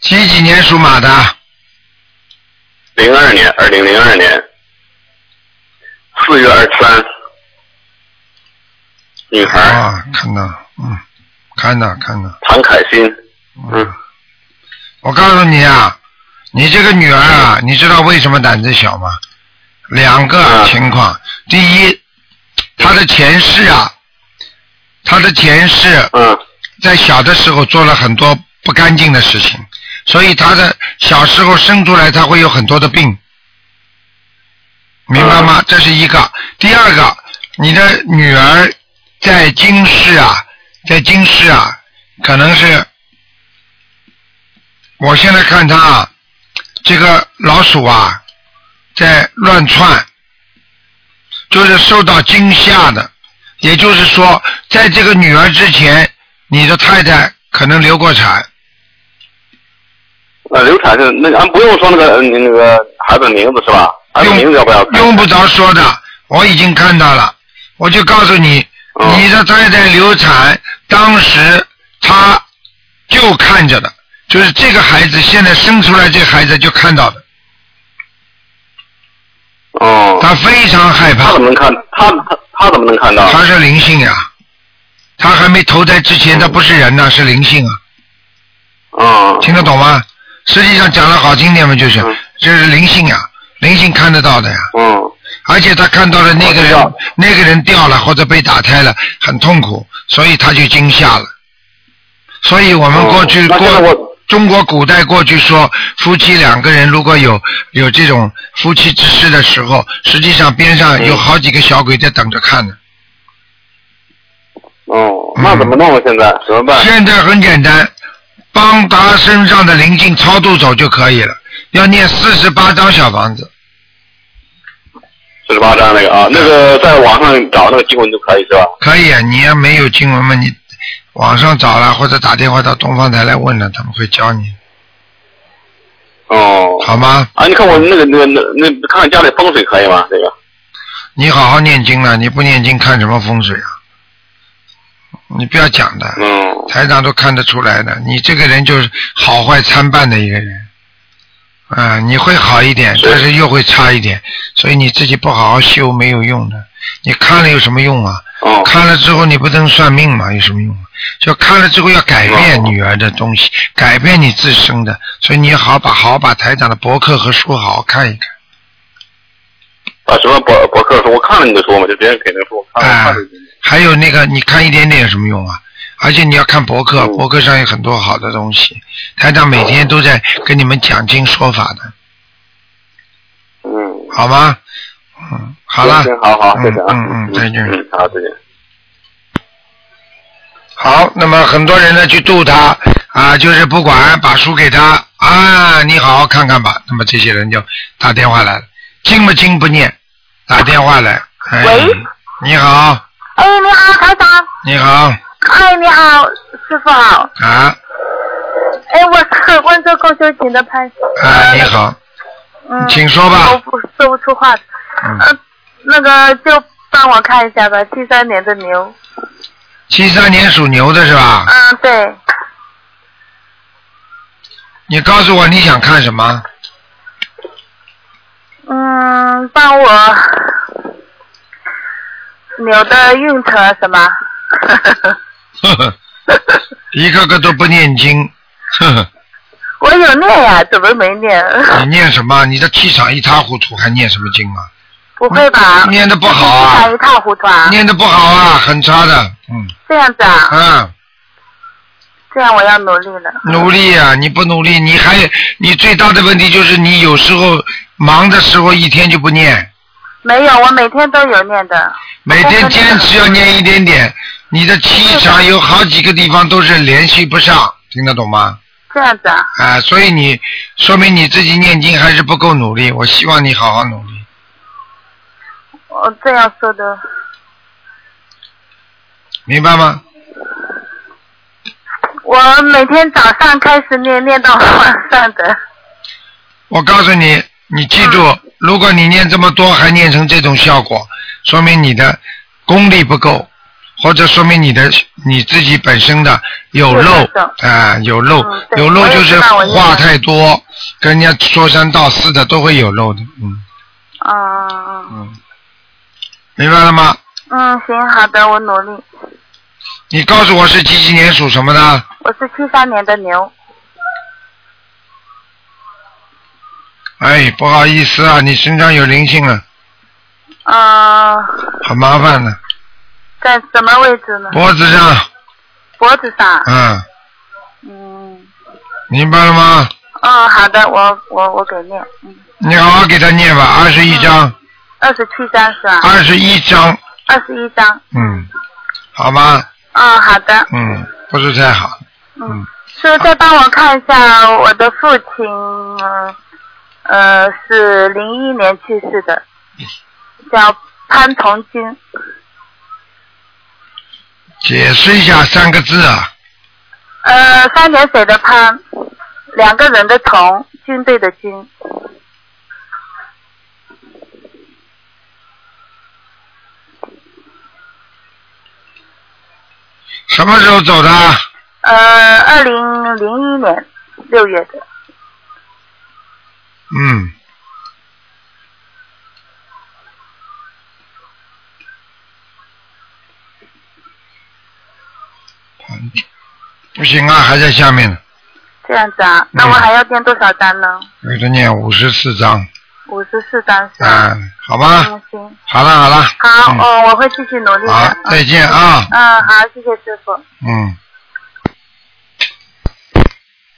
Speaker 1: 几几年属马的？
Speaker 6: 零二年，二零零二年四月二十三，女孩儿
Speaker 1: 啊，看到了，嗯，看到看到，
Speaker 6: 谭凯欣，
Speaker 1: 嗯
Speaker 6: 嗯，
Speaker 1: 我告诉你啊，你这个女儿啊，你知道为什么胆子小吗？两个啊
Speaker 6: 嗯
Speaker 1: 情况，第一，她的前世啊，她的前世
Speaker 6: 嗯。
Speaker 1: 在小的时候做了很多不干净的事情，所以她的小时候生出来她会有很多的病，明白吗？这是一个。第二个，你的女儿在今世啊，在今世啊，可能是，我现在看她啊，这个老鼠啊，在乱窜，就是受到惊吓的。也就是说，在这个女儿之前，你的太太可能流过产，
Speaker 6: 呃，流产是那个俺不用说那个你那个孩子的名字是吧？孩子
Speaker 1: 用
Speaker 6: 名字要不要看？
Speaker 1: 用不着说的，我已经看到了，我就告诉你，
Speaker 6: 嗯
Speaker 1: 你的太太流产，当时她就看着的，就是这个孩子现在生出来，这个孩子就看到的，
Speaker 6: 哦，
Speaker 1: 她非常害
Speaker 6: 他
Speaker 1: 怕
Speaker 6: 怎，么能看？他他他怎么能看到？嗯
Speaker 1: 她是灵性呀、她还没投胎之前，她不是人呐、是灵性啊，
Speaker 6: 嗯，
Speaker 1: 听得懂吗？实际上讲的好听点嘛，就是
Speaker 6: 嗯
Speaker 1: 就是灵性呀、灵性看得到的呀、
Speaker 6: 嗯
Speaker 1: 而且他看到了那个
Speaker 6: 哦我知
Speaker 1: 人
Speaker 6: 道，
Speaker 1: 那个人掉了或者被打胎了，很痛苦，所以他就惊吓了。所以我们
Speaker 6: 哦
Speaker 1: 过去、
Speaker 6: 那现在
Speaker 1: 过
Speaker 6: 我
Speaker 1: 中国古代过去说，夫妻两个人如果有有这种夫妻之事的时候，实际上边上有
Speaker 6: 嗯
Speaker 1: 好几个小鬼在等着看呢。
Speaker 6: 哦，
Speaker 1: 嗯
Speaker 6: 那怎么弄啊？现在怎么办？
Speaker 1: 现在很简单，帮他身上的灵性超度走就可以了。要念四十八张小房子，
Speaker 6: 四十八张那个啊，那个在网上找那个经文就可以是吧？
Speaker 1: 可以啊。你要没有经文嘛，你网上找了或者打电话到东方台来问了，他们会教你，
Speaker 6: 哦，
Speaker 1: 好吗？
Speaker 6: 啊，你看我那个那个那那看看家里风水可以吗？这个
Speaker 1: 你好好念经了，你不念经看什么风水啊？你不要讲的，
Speaker 6: 嗯
Speaker 1: 台长都看得出来的。你这个人就是好坏参半的一个人，啊、你会好一点，
Speaker 6: 是
Speaker 1: 但是又会差一点，所以你自己不好好修没有用的。你看了有什么用啊？
Speaker 6: 哦
Speaker 1: 看了之后你不能算命嘛，有什么用啊？就看了之后要改变
Speaker 6: 哦
Speaker 1: 女儿的东西，改变你自身的，所以你要好把好好把台长的博客和书好好看一看。
Speaker 6: 啊什么博博客说，我看了你的书嘛，就别人给那个书，我看了哦
Speaker 1: 哎
Speaker 6: 看了就行。
Speaker 1: 啊还有那个，你看一点点有什么用啊？而且你要看博客，
Speaker 6: 嗯
Speaker 1: 博客上有很多好的东西，台长每天都在跟你们讲经说法的，
Speaker 6: 嗯，
Speaker 1: 好吗？嗯，好了，
Speaker 6: 行，好好，谢谢啊，
Speaker 1: 嗯嗯嗯再见
Speaker 6: 嗯，好，再见。
Speaker 1: 好，那么很多人呢去度他啊，就是不管把书给他啊，你好好看看吧。那么这些人就打电话来了，经不经不念，打电话来。哎、
Speaker 7: 喂，
Speaker 1: 你好，
Speaker 7: 哎，你好，台长。
Speaker 1: 你好
Speaker 7: 哎，你好，师傅好。
Speaker 1: 啊
Speaker 7: 哎，我是温州共修群的潘。
Speaker 1: 啊，你好，
Speaker 7: 嗯，
Speaker 1: 请说吧
Speaker 3: 哦
Speaker 7: 我不说不出话。
Speaker 1: 嗯
Speaker 7: 呃，那个就帮我看一下吧，七三年的牛。
Speaker 1: 七三年属牛的是吧？
Speaker 3: 嗯，对，
Speaker 1: 你告诉我你想看什 么？
Speaker 3: 嗯，帮我牛的运程 什么？
Speaker 1: 呵呵，一个个都不念 经，呵呵。
Speaker 3: 我有念呀，怎么没念？
Speaker 1: 你念什么？你的气场一塌糊涂，还念什么经啊？
Speaker 3: 不会吧？
Speaker 1: 念得不好啊
Speaker 3: 一塌糊涂啊！
Speaker 1: 念得不好啊，很差的。嗯
Speaker 3: 这样子啊？
Speaker 1: 啊，
Speaker 3: 这样我要努力了。
Speaker 1: 努力啊！你不努力，你还你最大的问题就是你有时候忙的时候一天就不念，
Speaker 3: 没有，我每天都有念的。
Speaker 1: 每天坚持要念一点点。你的气场有好几个地方都是联系不上，听得懂吗？
Speaker 3: 这样子啊？
Speaker 1: 啊，所以你说明你自己念经还是不够努力。我希望你好好努力。
Speaker 3: 我哦这样说的，
Speaker 1: 明白吗？
Speaker 3: 我每天早上开始念，念到晚上的。嗯
Speaker 1: 我告诉你，你记住，如果你念这么多还念成这种效果，说明你的功力不够，或者说明你的你自己本身的有
Speaker 3: 有
Speaker 1: 漏
Speaker 3: 漏
Speaker 1: 啊、有漏，
Speaker 3: 嗯对
Speaker 1: 有漏就是
Speaker 3: 我也知道我念了
Speaker 1: 话太多，跟人家说三道四的都会有漏的，嗯
Speaker 3: 啊嗯
Speaker 1: 嗯，明白了吗？
Speaker 3: 嗯，行，好的，我努力。
Speaker 1: 你告诉我是几几年属什么的？
Speaker 3: 我是七三年的牛，
Speaker 1: 哎，不好意思啊，你身上有灵性了，
Speaker 3: 嗯、
Speaker 1: 很麻烦的，
Speaker 3: 在什么位置呢？
Speaker 1: 脖子上，
Speaker 3: 脖子上。
Speaker 1: 嗯，
Speaker 3: 嗯，
Speaker 1: 明白了吗？
Speaker 3: 哦，好的，我我我给念，嗯，
Speaker 1: 你好好给他念吧，二十一章，
Speaker 3: 二十七张是吧？
Speaker 1: 二十一章，
Speaker 3: 二十一张。
Speaker 1: 嗯，好吗？
Speaker 3: 嗯，好的。
Speaker 1: 嗯，不是太好。嗯
Speaker 3: 嗯，师傅再帮我看一下我的父亲，嗯呃，是零一年去世的，
Speaker 1: 嗯
Speaker 3: 叫潘同金，
Speaker 1: 解释一下三个字啊，
Speaker 3: 呃，三点水的潘，两个人的同，军队的军，
Speaker 1: 什么时候走的？
Speaker 3: 呃，二零零一年六月的，
Speaker 1: 嗯，不行啊，还在下面呢，
Speaker 3: 这样子
Speaker 1: 嗯
Speaker 3: 啊，那我还要念多少张呢？
Speaker 1: 给他念五十四章
Speaker 3: 五十四张是吧？
Speaker 1: 啊，好吧，
Speaker 3: 嗯，行，
Speaker 1: 好了好了，
Speaker 3: 好，
Speaker 1: 嗯
Speaker 3: 哦，我会继续努力的。
Speaker 1: 好，再见啊，
Speaker 3: 嗯，好，谢谢师傅。
Speaker 1: 嗯。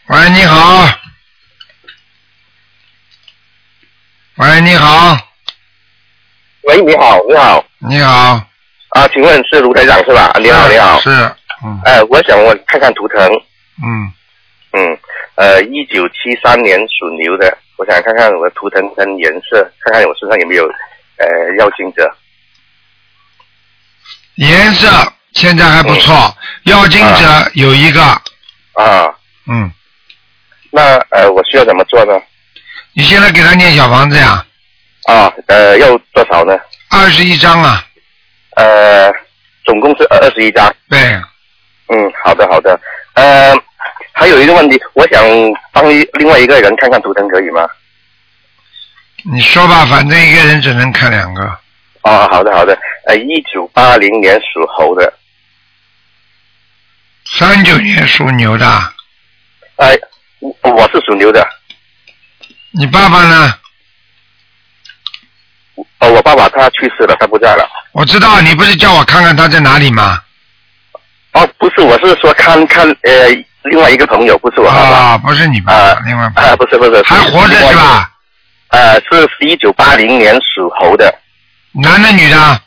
Speaker 1: 喂，你好。喂，你好，
Speaker 6: 喂，你好，你好，
Speaker 1: 你好。
Speaker 6: 啊，请问是卢台长是吧？你好，你好，
Speaker 1: 是，嗯
Speaker 6: 呃，我想问看看图腾，
Speaker 1: 嗯，
Speaker 6: 嗯，呃，一九七三年属牛的，我想看看我的图腾跟颜色，看看我身上有没有呃药精者。
Speaker 1: 颜色现在还不错，
Speaker 6: 哦
Speaker 1: 要经者有一个，
Speaker 6: 啊，
Speaker 1: 嗯，
Speaker 6: 那呃，我需要怎么做呢？
Speaker 1: 你现在给他念小房子呀，
Speaker 6: 啊，呃，要多少呢？
Speaker 1: 二十一张啊，
Speaker 6: 呃，总共是二十一张。
Speaker 1: 对，
Speaker 6: 嗯，好的，好的。呃，还有一个问题，我想帮一另外一个人看看图腾，可以吗？
Speaker 1: 你说吧，反正一个人只能看两个，
Speaker 6: 啊，好的，好的。呃，一九八零年属猴的，
Speaker 1: 三九年属牛的，
Speaker 6: 呃，我我是属牛的，
Speaker 1: 你爸爸呢？
Speaker 6: 呃，我爸爸他去世了，他不在了。
Speaker 1: 我知道，你不是叫我看看他在哪里吗？
Speaker 6: 哦，不是，我是说看看呃，另外一个朋友，不是我爸爸。
Speaker 1: 啊，不是你爸
Speaker 6: 啊
Speaker 1: 爸，另外
Speaker 6: 啊，不是不是，
Speaker 1: 还活着是？吧？
Speaker 6: 呃，是一九八零年属猴的
Speaker 1: 男的女的？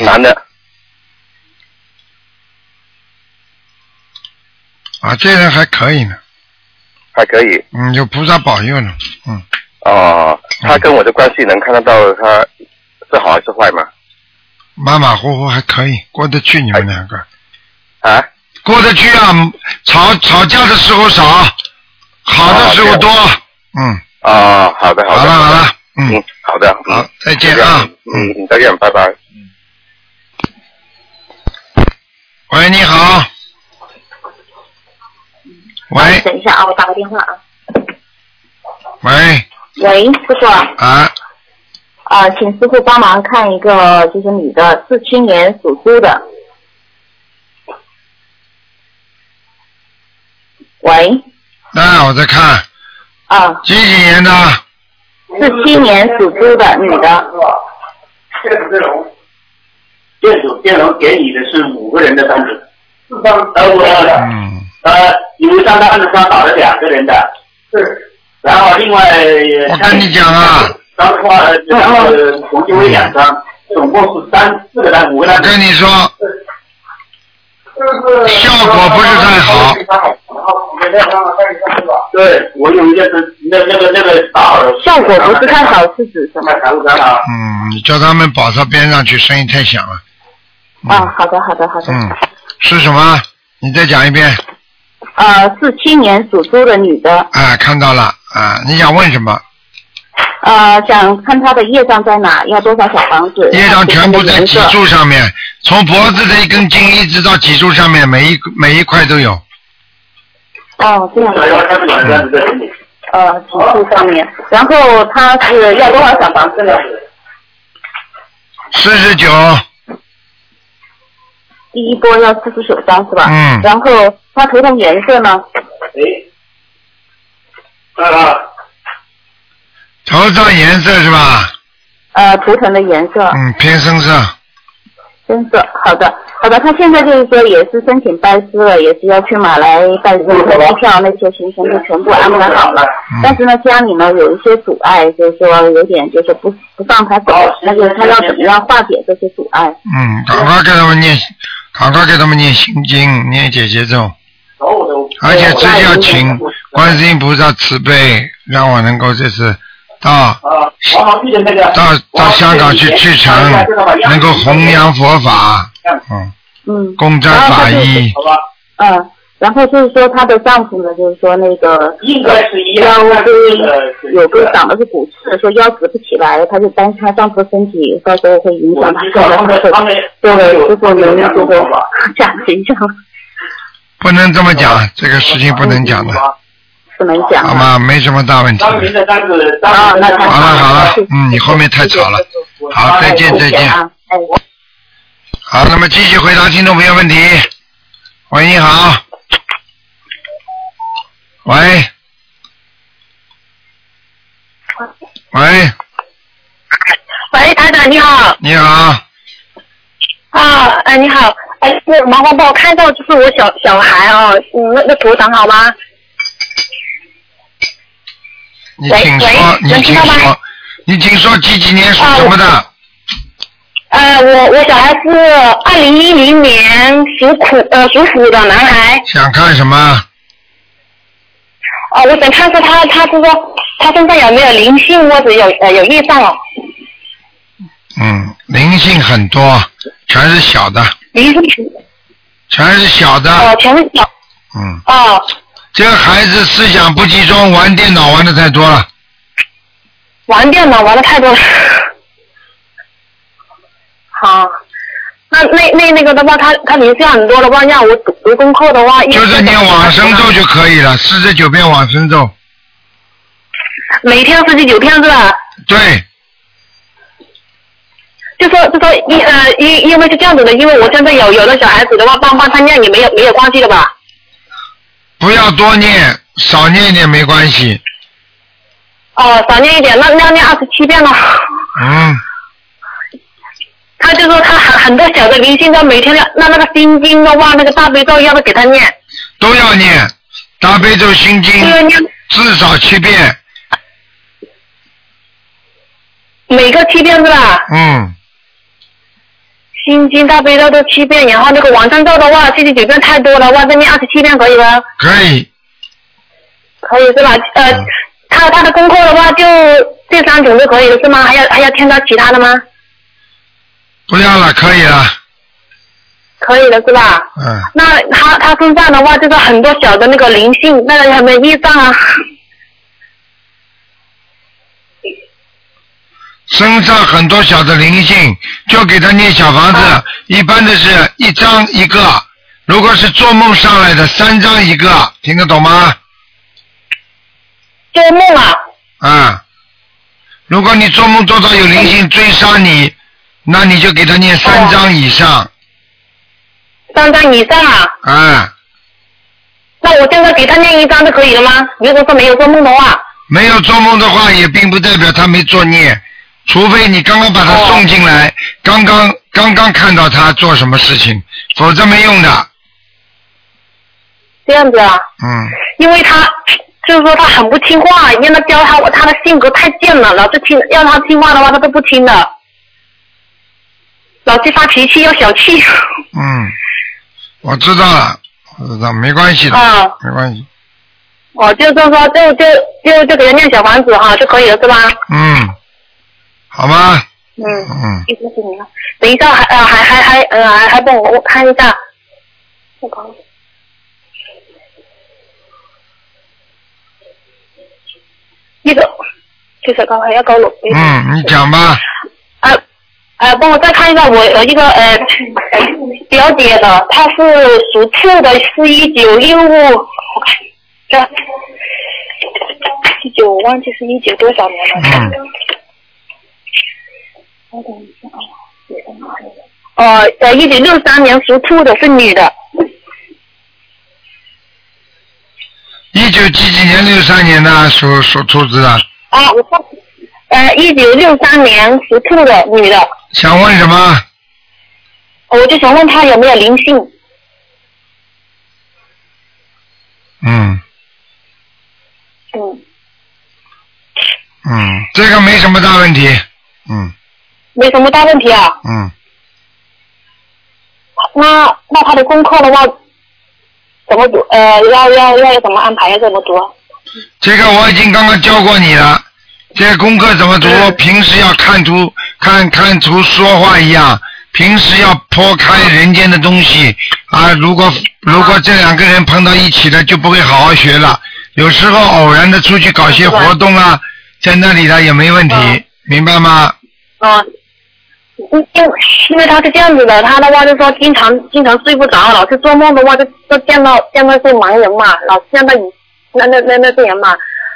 Speaker 1: 嗯
Speaker 6: 男的。
Speaker 1: 啊，这人还可以呢，
Speaker 6: 还可以
Speaker 1: 嗯，有菩萨保佑呢，嗯，
Speaker 6: 哦，他跟我的关系能看得到他是好还是坏吗？
Speaker 1: 马马虎虎还可以，过得去你们两个。
Speaker 6: 啊，
Speaker 1: 过得去啊，吵吵架的时候少，好的时候多。嗯，
Speaker 6: 哦，好的，好
Speaker 1: 好
Speaker 6: 的，
Speaker 1: 了好了，
Speaker 6: 嗯
Speaker 1: 嗯，，
Speaker 6: 好的，嗯
Speaker 1: 好，再见啊。
Speaker 6: 嗯，再见，拜拜。
Speaker 1: 喂，你好。喂
Speaker 8: 等一下啊，我打个电话啊。
Speaker 1: 喂，
Speaker 8: 喂，师傅啊，
Speaker 1: 啊，
Speaker 8: 呃请师傅帮忙看一个，就是女的，四七年属猪的。喂，
Speaker 1: 那我在看
Speaker 8: 啊，
Speaker 1: 几几年的？
Speaker 8: 四七年属猪的女的，
Speaker 9: 电子龙，电子电容给你的是五个人的单子，四张呃我
Speaker 1: 嗯，
Speaker 9: 呃，有一张单子上打了两个人的，
Speaker 5: 嗯
Speaker 9: 是，然后另外呃
Speaker 1: 我跟你讲啊，
Speaker 9: 张的话呃然后呃总共有两张，总共是三四个单五个
Speaker 1: 我
Speaker 9: 单子，
Speaker 1: 跟你说，效果不是太好。
Speaker 9: 对我有一个是那那个那个打了，
Speaker 8: 效果不是太好，是指什么？
Speaker 9: 买财务长啊，
Speaker 1: 嗯，你叫他们跑到边上去，声音太响了。
Speaker 8: 啊，好的，好的，好的。
Speaker 1: 嗯，是什么？你再讲一遍。
Speaker 8: 呃，四七年属猪的女的，
Speaker 1: 啊，看到了啊，你想问什么？
Speaker 8: 呃，想看她的业障在哪，要多少小房子？
Speaker 1: 业障全部在
Speaker 8: 颜
Speaker 1: 脊
Speaker 8: 色。
Speaker 1: 柱上面，从脖子的一根筋一直到脊柱上面，每一每一块都有。
Speaker 8: 哦，这样
Speaker 9: 小
Speaker 8: 的。
Speaker 9: 妖他们两个单子在哎
Speaker 5: 嗯
Speaker 9: 这里，
Speaker 8: 呃，脊柱上面。然后她是要多少小房子呢？
Speaker 1: 四十九，
Speaker 8: 第一波要四十九张是吧？
Speaker 1: 嗯
Speaker 8: 然后她头疼颜色呢？
Speaker 9: 哎，啊。
Speaker 1: 头上颜色是吧？
Speaker 8: 呃，图腾的颜色。
Speaker 1: 嗯，偏深色。
Speaker 8: 深色，好的，好的，他现在就是说也是申请拜师了，也是要去马来拜
Speaker 9: 嗯
Speaker 8: 师，机票那些行程就全部安排好了。
Speaker 1: 嗯
Speaker 8: 但是呢，家里呢有一些阻碍，就是说有点就是不不放他走，
Speaker 9: 哦
Speaker 8: 那就是他要怎么样化解这些阻碍？
Speaker 1: 嗯，赶快给他们念，赶快给他们念心经，念解结咒，
Speaker 9: 哦
Speaker 1: 而且自己要请观世音菩萨慈悲，让我能够这次到
Speaker 9: 啊，王航玉的那个
Speaker 1: 到到香港去去城，能够弘扬佛法，嗯，
Speaker 8: 嗯
Speaker 1: 共占法医，
Speaker 9: 好吧，
Speaker 8: 嗯，然后就是说她的丈夫呢，就是说那个
Speaker 9: 应该是一样
Speaker 8: 腰
Speaker 9: 但是这个
Speaker 8: 椎有个长的是骨刺，说腰直不起来，她就担心她丈夫身体到时候会影
Speaker 9: 我
Speaker 8: 响她
Speaker 9: 知道他
Speaker 8: 丈
Speaker 9: 们
Speaker 8: 夫。
Speaker 9: 他们
Speaker 8: 这个
Speaker 9: 有
Speaker 8: 师傅能
Speaker 9: 两
Speaker 8: 这
Speaker 9: 种
Speaker 8: 个
Speaker 9: 说法，
Speaker 8: 讲一下吗？
Speaker 1: 不能这么讲，这个事情不能讲的，
Speaker 8: 不能讲
Speaker 1: 好
Speaker 8: 啊。
Speaker 1: 吗？没什么大问题
Speaker 9: 当年
Speaker 1: 的。
Speaker 9: 的单子，当
Speaker 8: 啊，
Speaker 9: 年
Speaker 8: 那
Speaker 9: 的
Speaker 8: 太
Speaker 9: 单
Speaker 1: 好了
Speaker 8: 好
Speaker 1: 好了
Speaker 8: 谢谢
Speaker 1: 嗯你后面太吵了
Speaker 8: 谢谢师傅
Speaker 1: 好，再见再见。
Speaker 8: 啊哎，
Speaker 1: 好，那么继续回答听众朋友问题。喂，你好。喂。喂，
Speaker 10: 喂，台长你好
Speaker 1: 你好，
Speaker 10: 啊，哎你好，哎，是麻烦帮我看到就是我小小孩哦，嗯，那个图腾好吗？
Speaker 1: 你
Speaker 10: 喂
Speaker 1: 请说
Speaker 10: 喂，
Speaker 1: 你
Speaker 10: 能
Speaker 1: 请
Speaker 10: 听到吗啊
Speaker 1: 说，你请说几几年属什么的？
Speaker 10: 呃，我我小孩是二零一零年属虎呃属虎的男孩，
Speaker 1: 想看什么？
Speaker 10: 哦、我想看看他他是说他身上有没有灵性或者有呃有业障哦，
Speaker 1: 嗯，灵性很多，全是小的，
Speaker 10: 灵性
Speaker 1: 全是小
Speaker 10: 呃
Speaker 1: 的。
Speaker 10: 全是小
Speaker 1: 嗯，
Speaker 10: 哦，
Speaker 1: 这个孩子思想不集中，玩电脑玩的太多了。
Speaker 10: 玩电脑玩的太多了。 好，那那那那个的话，他他灵性很多的话，让我读读功课的话，
Speaker 1: 就是念往生咒就可以了，四十九遍往生咒。
Speaker 10: 每天四十九天是吧？
Speaker 1: 对，
Speaker 10: 就说就说因呃因因为是这样子的，因为我现在有有的小孩子的话，帮帮他念也没有没有关系的吧？
Speaker 1: 不要多念，少念一点没关系。
Speaker 10: 哦，少念一点，那那要念二十七遍了。
Speaker 1: 嗯，
Speaker 10: 他就说他很很多小的灵性，他每天要那那个心经的话，那个大悲咒要不给他念，
Speaker 1: 都要念大悲咒心经
Speaker 10: 因为念
Speaker 1: 至少七遍。
Speaker 10: 每个七遍是吧？
Speaker 1: 嗯，
Speaker 10: 心经大悲咒都七遍，然后那个往生咒的话，七十九遍太多了，哇，再念二十七遍可以吗？
Speaker 1: 可以。
Speaker 10: 可以是吧？呃，他他的功课的话就这三种就可以了是吗？还要还要添加其他的吗？
Speaker 1: 不要了，可以了。
Speaker 10: 可以了是吧？
Speaker 1: 嗯，
Speaker 10: 那他他身上的话，就是很多小的那个灵性，那个有没有业障啊？
Speaker 1: 身上很多小的灵性，就给他念小房子。一般的是一张一个，如果是做梦上来的，三张一个，听得懂吗？
Speaker 10: 做梦啊。
Speaker 1: 啊，如果你做梦做到有灵性追杀你，那你就给他念三张以上。
Speaker 10: 三张以上啊。
Speaker 1: 啊，
Speaker 10: 那我现在给他念一张就可以了吗？如果说没有做梦的话，
Speaker 1: 没有做梦的话，也并不代表他没作孽，除非你刚刚把他送进来，刚刚刚刚看到他做什么事情，否则没用的。
Speaker 10: 这样子啊，
Speaker 1: 嗯，
Speaker 10: 因为他就是说他很不听话，让他教他，我他的性格太贱了，老是听，让他听话的话他都不听的，老是发脾气要小气。
Speaker 1: 嗯，我知道了，我知道，没关系的，
Speaker 10: 啊
Speaker 1: 没关系。
Speaker 10: 哦，就是说就就就就给他念小房子哈就可以了是吧？
Speaker 1: 嗯，好吗？
Speaker 10: 嗯，
Speaker 1: 嗯，
Speaker 10: 一直是你了。等一下还呃还还还呃还还帮我我看一下，不搞了一个就是刚才要哎搞了。
Speaker 1: 嗯，你讲吧。
Speaker 10: 啊啊，帮我再看一下我呃一个呃表姐的，她是属兔的，是一九六五，我看这一九我忘记是一九多少年了。
Speaker 1: 嗯。
Speaker 10: 我等一下啊，写在哪里了哦，呃，一九六三年属兔的是女的，
Speaker 1: 一九几几年？六三年的属属兔子的，
Speaker 10: 啊，我看，呃，一九六三年属兔的女的，哦
Speaker 1: 想问什么？
Speaker 10: 我就想问她有没有灵性？
Speaker 1: 嗯
Speaker 10: 嗯，
Speaker 1: 嗯，这个没什么大问题。嗯
Speaker 10: 没什么大问题啊。
Speaker 1: 嗯，
Speaker 10: 那那他的功课的话，怎么读？呃，要要要怎么安排？要怎么读？啊
Speaker 1: 这个我已经刚刚教过你了。这个功课怎么读？平时要看图，看看图说话一样。平时要剖开人间的东西啊！如果如果这两个人碰到一起了，就不会好好学了。有时候偶然的出去搞些活动啊，在那里的也没问题，明白吗？
Speaker 10: 啊，因因为因为他是这样子的，他的话就说经常经常睡不着，老是做梦的话就就见到见到一些盲人嘛，老是见到以那那那那些人嘛。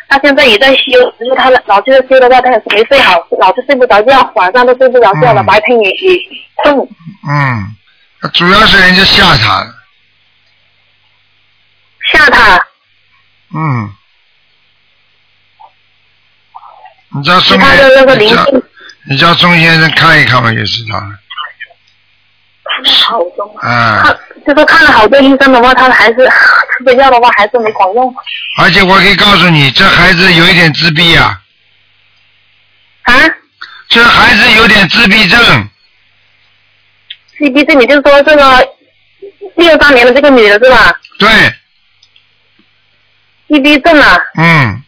Speaker 10: 他现在也在修，只是他老是在修的话，他也没睡好，老是睡不着觉，晚上都睡不着觉了，
Speaker 1: 嗯
Speaker 10: 白天也也困。
Speaker 1: 嗯，主要是人家吓他了。
Speaker 10: 吓他，
Speaker 1: 嗯，你叫宋
Speaker 10: 其他的那个
Speaker 1: 先，你
Speaker 10: 灵
Speaker 1: 叫
Speaker 10: 性
Speaker 1: 你叫宋先生看一看吧，就是他。
Speaker 10: 好重
Speaker 1: 啊，
Speaker 10: 就是看了好多医生的话，他还是吃的药的话还是没管用。
Speaker 1: 而且我可以告诉你，这孩子有一点自闭啊。
Speaker 10: 啊？
Speaker 1: 这孩子有点自闭症，
Speaker 10: C B 这你就说这个六三年的这个女的是吧
Speaker 1: 对，
Speaker 10: ？C B 症啊，
Speaker 1: 嗯，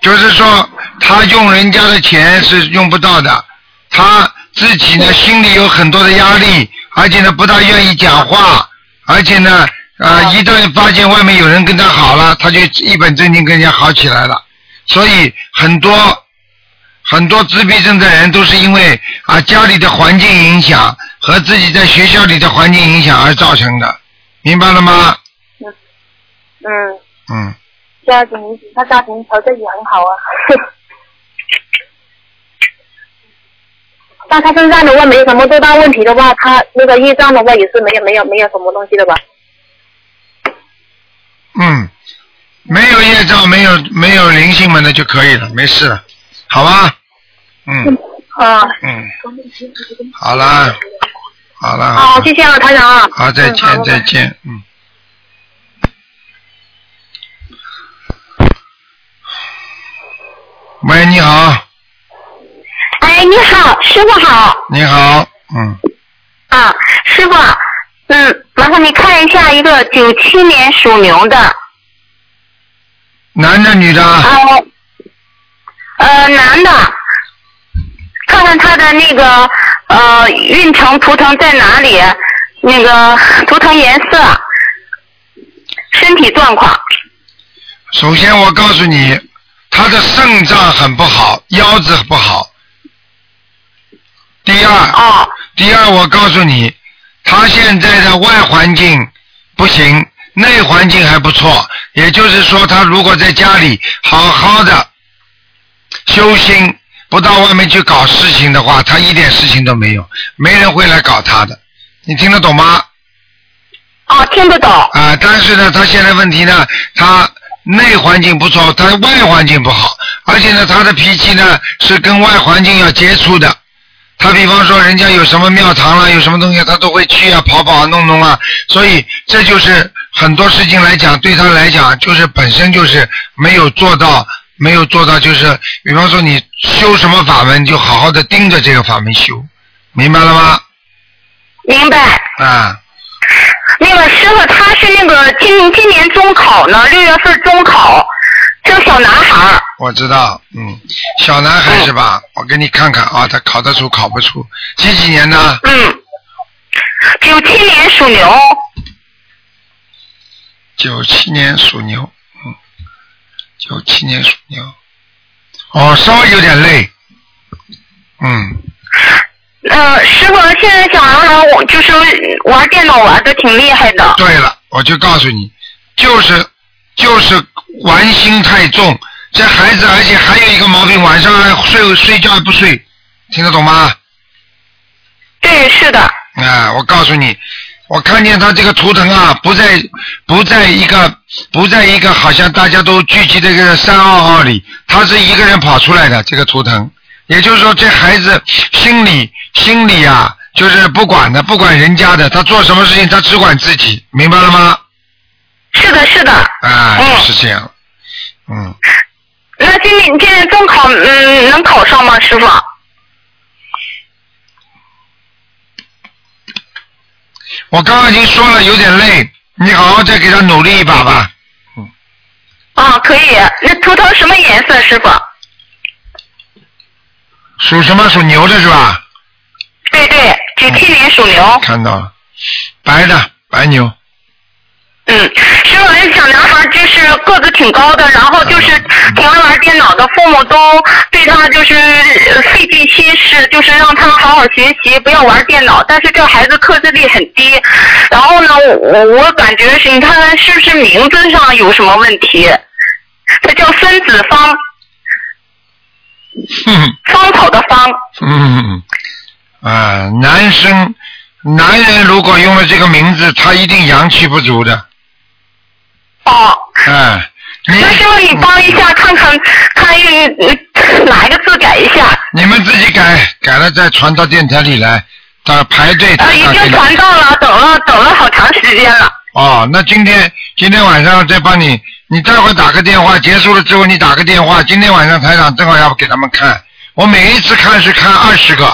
Speaker 1: 就是说他用人家的钱是用不到的，他自己呢心里有很多的压力，而且呢不大愿意讲话，而且呢呃一旦发现外面有人跟他好了，他就一本正经跟人家好起来了，所以很多。很多自闭症的人都是因为啊家里的环境影响和自己在学校里的环境影响而造成的，明白了吗？
Speaker 10: 嗯，
Speaker 1: 嗯。
Speaker 10: 家庭他家庭条件也很好啊。 但他身上的话没什么多大问题的话，他那个业障的话也是没有没有没有什么东西的吧？
Speaker 1: 嗯，没有业障，没有没有灵性们的就可以了，没事了，好吧？嗯
Speaker 10: 啊，
Speaker 1: 嗯，好啦，好啦，
Speaker 10: 好，谢谢啊，台长啊。
Speaker 1: 好，再见，再见，嗯。喂，你好，
Speaker 11: 哎，你好，师傅好
Speaker 1: 你好，嗯，
Speaker 11: 啊，师傅，嗯，麻烦你看一下一个九七年属牛的，啊
Speaker 1: 男的女的？
Speaker 10: 啊
Speaker 11: 呃，呃，男的，看看他的那个呃运程图腾在哪里，那个图腾颜色，身体状况，
Speaker 1: 首先我告诉你，他的肾脏很不好，腰子不好。第二，第二我告诉你，他现在的外环境不行，内环境还不错，也就是说，他如果在家里好好的修心，不到外面去搞事情的话，他一点事情都没有，没人会来搞他的。你听得懂吗？
Speaker 11: 哦，听得懂。
Speaker 1: 啊，但是呢，他现在问题呢，他内环境不错，他外环境不好，而且呢，他的脾气呢是跟外环境要接触的。他比方说，人家有什么庙堂啦、有什么东西，他都会去啊，跑跑啊，弄弄啊。所以这就是很多事情来讲，对他来讲，就是本身就是没有做到，没有做到，就是比方说你修什么法门，你就好好的盯着这个法门修，明白了吗？
Speaker 11: 明白。
Speaker 1: 啊，
Speaker 11: 那个师傅他是那个今今年中考呢，六月份中考，这个小男孩儿，
Speaker 1: 我知道，嗯，小男孩是吧？我给你看看啊，他考得出考不出？几几年呢？
Speaker 11: 嗯，九七年属牛，
Speaker 1: 九七年属牛，嗯，九七年属牛，哦，稍微有点累，嗯，
Speaker 11: 呃，师傅现在小男孩我就是玩电脑玩的挺厉害的，
Speaker 1: 对了，我就告诉你，就是就是玩心太重，这孩子而且还有一个毛病，晚上还睡睡觉还不睡，听得懂吗？
Speaker 11: 对，是的。
Speaker 1: 啊，我告诉你，我看见他这个图腾啊，不在不在一个不在一个好像大家都聚集的一个山坳坳里，他是一个人跑出来的这个图腾，也就是说这孩子心里心里啊，就是不管的，不管人家的，他做什么事情他只管自己，明白了吗？
Speaker 11: 是的，是的。
Speaker 1: 啊，就是这样，嗯，
Speaker 11: 那今年今年中考嗯能考上吗，师傅？啊
Speaker 1: 我刚刚已经说了有点累，你好好再给他努力一把吧。
Speaker 11: 啊，可以。那图腾什么颜色，师傅？
Speaker 1: 属什么？属牛的是吧？
Speaker 11: 对对，九七年属牛。
Speaker 1: 看到了，白的白牛。
Speaker 11: 嗯，师傅，那小男孩就是个子挺高的，然后就是挺爱玩电脑的，父母都对他就是呃费尽心思，就是让他好好学习，不要玩电脑。但是这孩子克制力很低，然后呢，我我感觉是，你看看是不是名字上有什么问题？他叫孙子方，
Speaker 1: 哼
Speaker 11: 芳草的芳。
Speaker 1: 嗯，啊，男生，男人如果用了这个名字，他一定阳气不足的。
Speaker 11: 哦。
Speaker 1: 哎，
Speaker 11: 那师傅，你帮一下看看，看呃哪一个字改一下？
Speaker 1: 你们自己改，改了再传到电台里来，到排队。
Speaker 11: 呃，已经传到了，等了等了好长时间了。
Speaker 1: 哦，那今天今天晚上再帮你，你待会儿打个电话，结束了之后你打个电话。今天晚上台长正好要给他们看，我每一次看是看二十个，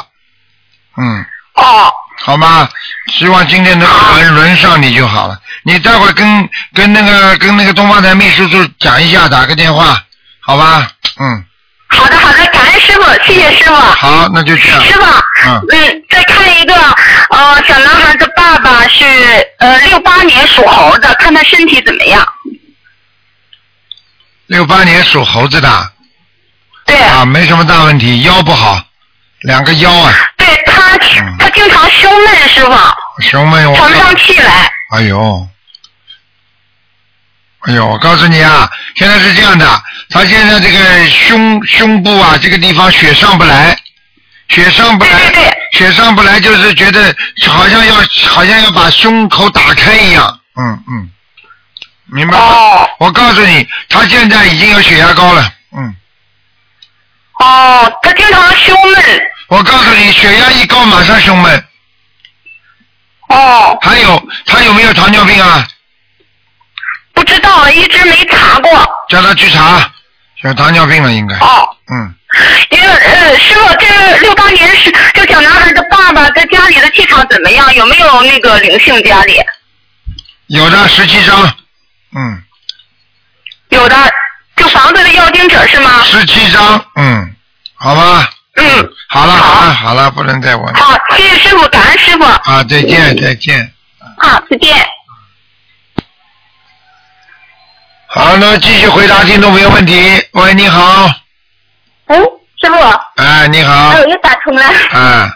Speaker 1: 嗯。
Speaker 11: 哦。
Speaker 1: 好吗？希望今天能轮轮上你就好了。你待会儿跟跟那个跟那个东方台秘书处讲一下，打个电话，好吧？嗯，
Speaker 11: 好的好的，感恩师傅，谢谢师傅。
Speaker 1: 好，那就这样。
Speaker 11: 师傅，
Speaker 1: 嗯，
Speaker 11: 嗯，再看一个，呃，小男孩的爸爸是呃六八年属猴的，看他身体怎么样。
Speaker 1: 六八年属猴子的。
Speaker 11: 对。
Speaker 1: 啊，没什么大问题，腰不好，两个腰啊，
Speaker 11: 对他，他经常胸闷，师傅，
Speaker 1: 胸闷我。
Speaker 11: 喘不上气来。
Speaker 1: 哎呦，哎呦，我告诉你啊，现在是这样的，他现在这个胸胸部啊这个地方血上不来，血上不来，血上不来就是觉得好像要好像要把胸口打开一样，嗯嗯，明白吗？
Speaker 11: 哦
Speaker 1: 我告诉你，他现在已经有血压高了，嗯。
Speaker 11: 哦，他经常胸闷。
Speaker 1: 我告诉你，血压一高马上胸闷。
Speaker 11: 哦。
Speaker 1: 还有，他有没有糖尿病啊？
Speaker 11: 不知道，一直没查过。
Speaker 1: 叫他去查，有糖尿病了应该。
Speaker 11: 哦。
Speaker 1: 嗯，
Speaker 11: 因为呃，师傅，这个六八年是这小男孩的爸爸在家里的气场怎么样？有没有那个灵性家里？
Speaker 1: 有的十七张，嗯，
Speaker 11: 有的，就房子的要经者是吗？
Speaker 1: 十七张，嗯，好吧。
Speaker 11: 嗯。
Speaker 1: 好了好了好了，不能再问。
Speaker 11: 好，谢谢师傅，感恩师傅。
Speaker 1: 啊，再见再见。
Speaker 11: 好，再见。
Speaker 1: 好，那继续回答听众朋友问题。喂，你好，
Speaker 12: 哎，
Speaker 11: 哦
Speaker 12: 师傅，
Speaker 1: 哎，你好
Speaker 11: 嗯
Speaker 12: 哎，，我又打通了。
Speaker 1: 哎，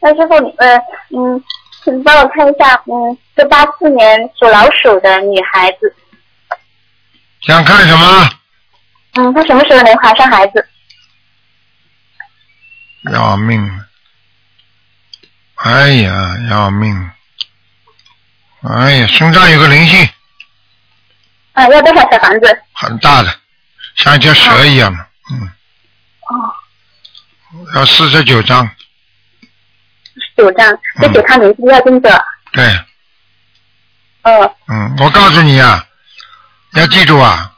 Speaker 12: 哎，师傅，呃，嗯，请帮我看一下，嗯，
Speaker 10: 是八四年属老鼠的女孩子。
Speaker 1: 想看什么？
Speaker 10: 嗯，她什么时候能怀上孩子？
Speaker 1: 要命了！哎呀，要命！哎呀，身上有个灵性，
Speaker 10: 啊，要多少小房子？
Speaker 1: 很大的，像一条蛇一样的，
Speaker 10: 哦，
Speaker 1: 要四十九张。
Speaker 10: 九张，
Speaker 1: 嗯
Speaker 10: 这给她名字要跟着。
Speaker 1: 对，
Speaker 10: 嗯，
Speaker 1: 嗯，我告诉你啊，要记住啊，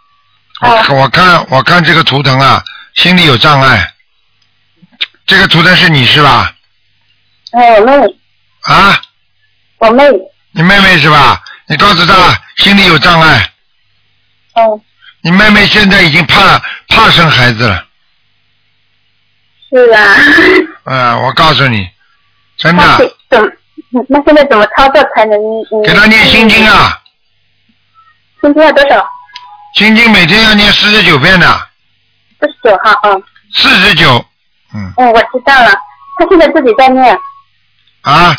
Speaker 1: 我、我看我看这个图腾啊，心里有障碍。这个图腾是你是吧？
Speaker 10: 哎，我妹，
Speaker 1: 啊？
Speaker 10: 我妹，
Speaker 1: 你妹妹是吧？你告诉她心里有障碍。
Speaker 10: 哦。
Speaker 1: 你妹妹现在已经怕怕生孩子了，
Speaker 10: 是啊，
Speaker 1: 啊、我告诉你，真
Speaker 10: 那
Speaker 1: 的，啊
Speaker 10: 是怎么？那现在怎么操作才能？嗯
Speaker 1: 给她念心经！啊，
Speaker 10: 心经要多少？
Speaker 1: 心经每天要念四十九遍的，
Speaker 10: 四十九号，嗯，
Speaker 1: 四十九
Speaker 10: 嗯，我知道了。她现在自己在念，
Speaker 1: 啊，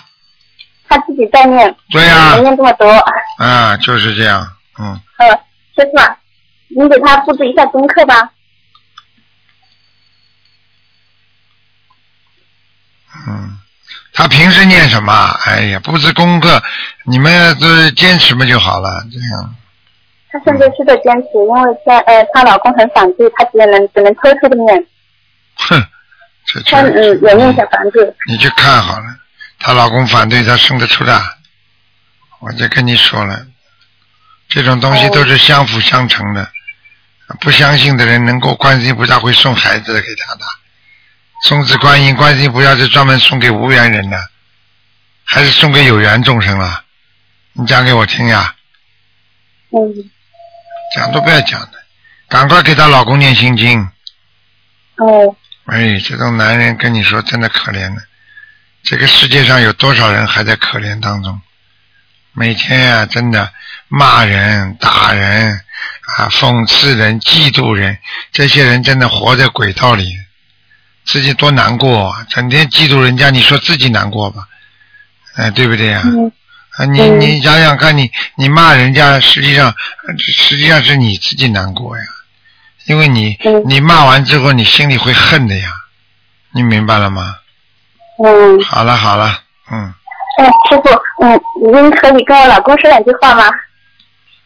Speaker 10: 她自己在念，
Speaker 1: 对呀、
Speaker 10: 没念这么多。
Speaker 1: 啊，就是这样，嗯，
Speaker 10: 呃，师傅啊，你给他布置一下功课吧。
Speaker 1: 嗯，他平时念什么？哎呀，布置功课，你们这坚持嘛就好了，这样。
Speaker 10: 她现在是在坚持，因为现呃，她老公很反对，她只能只能偷偷的念。
Speaker 1: 哼，这
Speaker 10: 她嗯
Speaker 1: 这，
Speaker 10: 也念小房子。
Speaker 1: 你去看好了。她老公反对她生得出来，我就跟你说了，这种东西都是相辅相成的。不相信的人能够观世音菩萨会送孩子给他的，送子观音，观世音菩萨是专门送给无缘人的，还是送给有缘众生了？你讲给我听呀，
Speaker 10: 嗯，
Speaker 1: 讲都不要讲的，赶快给她老公念心经。
Speaker 10: 哦，
Speaker 1: 哎，这种男人跟你说真的可怜的，这个世界上有多少人还在可怜当中？每天啊，真的骂人、打人啊，讽刺人、嫉妒人，这些人真的活在轨道里，自己多难过啊！整天嫉妒人家，你说自己难过吧？哎，对不对呀、啊？你
Speaker 13: 嗯
Speaker 1: 你想想看你，你骂人家，实际上实际上是你自己难过呀。因为你你骂完之后，你心里会恨的呀，你明白了吗？
Speaker 10: 嗯，
Speaker 1: 好了好了，嗯，
Speaker 10: 哎，师傅，嗯，您可以跟我老公说两句话吗？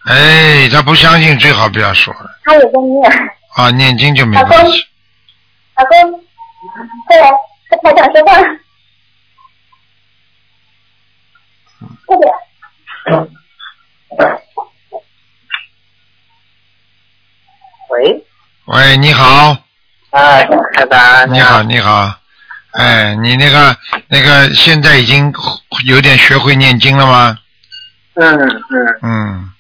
Speaker 1: 哎，他不相信最好不要说了
Speaker 10: 他也在念，
Speaker 1: 啊，念经就没
Speaker 10: 老公
Speaker 1: 关系。，
Speaker 10: 老公，快来，和台长说话。快点，
Speaker 5: 喂，
Speaker 1: 喂，你好，
Speaker 5: 哎，台长，
Speaker 1: 你好，你好，哎，你那个那个现在已经有点学会念经了吗？
Speaker 5: 嗯嗯，
Speaker 1: 嗯，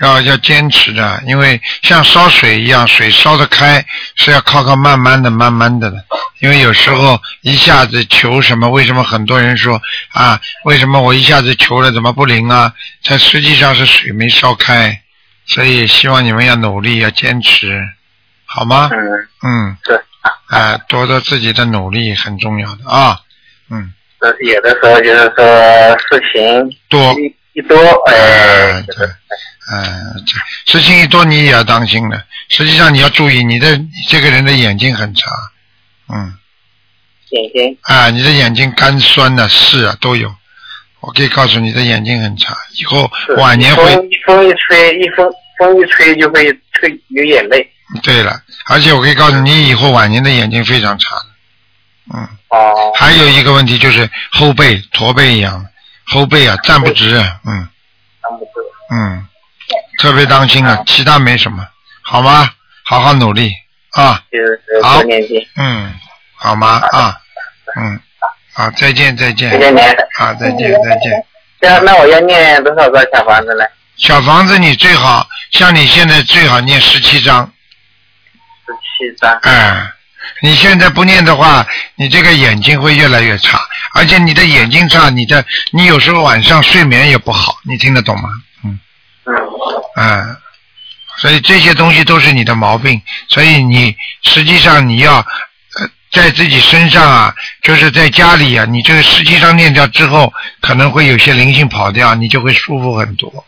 Speaker 1: 要要坚持的，因为像烧水一样，水烧得开是要靠靠慢慢的、慢慢的的。因为有时候一下子求什么，为什么很多人说啊，为什么我一下子求了怎么不灵啊？它实际上是水没烧开，所以希望你们要努力，要坚持，好吗？
Speaker 5: 嗯
Speaker 1: 嗯，
Speaker 5: 对，
Speaker 1: 啊，多多自己的努力很重要的啊，嗯，
Speaker 5: 呃有的时候就是说事情
Speaker 1: 多
Speaker 5: 一一多，哎，
Speaker 1: 对，嗯，这事情一多你也要当心的。实际上你要注意，你的你这个人的眼睛很差，嗯，
Speaker 5: 眼睛
Speaker 1: 啊，你的眼睛干酸呐、是啊，都有。我可以告诉你的眼睛很差，以后
Speaker 5: 是
Speaker 1: 晚年
Speaker 5: 一
Speaker 1: 会
Speaker 5: 风一风一吹，一风风一吹就会吹流眼泪。
Speaker 1: 对了，而且我可以告诉你，以后晚年的眼睛非常差的。嗯。
Speaker 5: 哦。
Speaker 1: 还有一个问题就是后背驼背一样的，后背啊站不直，嗯嗯，特别当心啊，其他没什么，好吗？好好努力啊，
Speaker 5: 就是
Speaker 1: 好
Speaker 5: 多念经。
Speaker 1: 嗯，好吗？啊，嗯，好，再见再见，
Speaker 5: 再见您
Speaker 1: 啊，再见再见。
Speaker 5: 那那我要念多少个小房子呢？
Speaker 1: 小房子，你最好像你现在最好念十七章，
Speaker 5: 十七张。
Speaker 1: 哎，你现在不念的话，你这个眼睛会越来越差，而且你的眼睛差，你的你有时候晚上睡眠也不好，你听得懂吗？嗯，嗯，所以这些东西都是你的毛病，所以你实际上你要呃在自己身上啊，就是在家里啊，你这个湿气上念掉之后，可能会有些灵性跑掉，你就会舒服很多。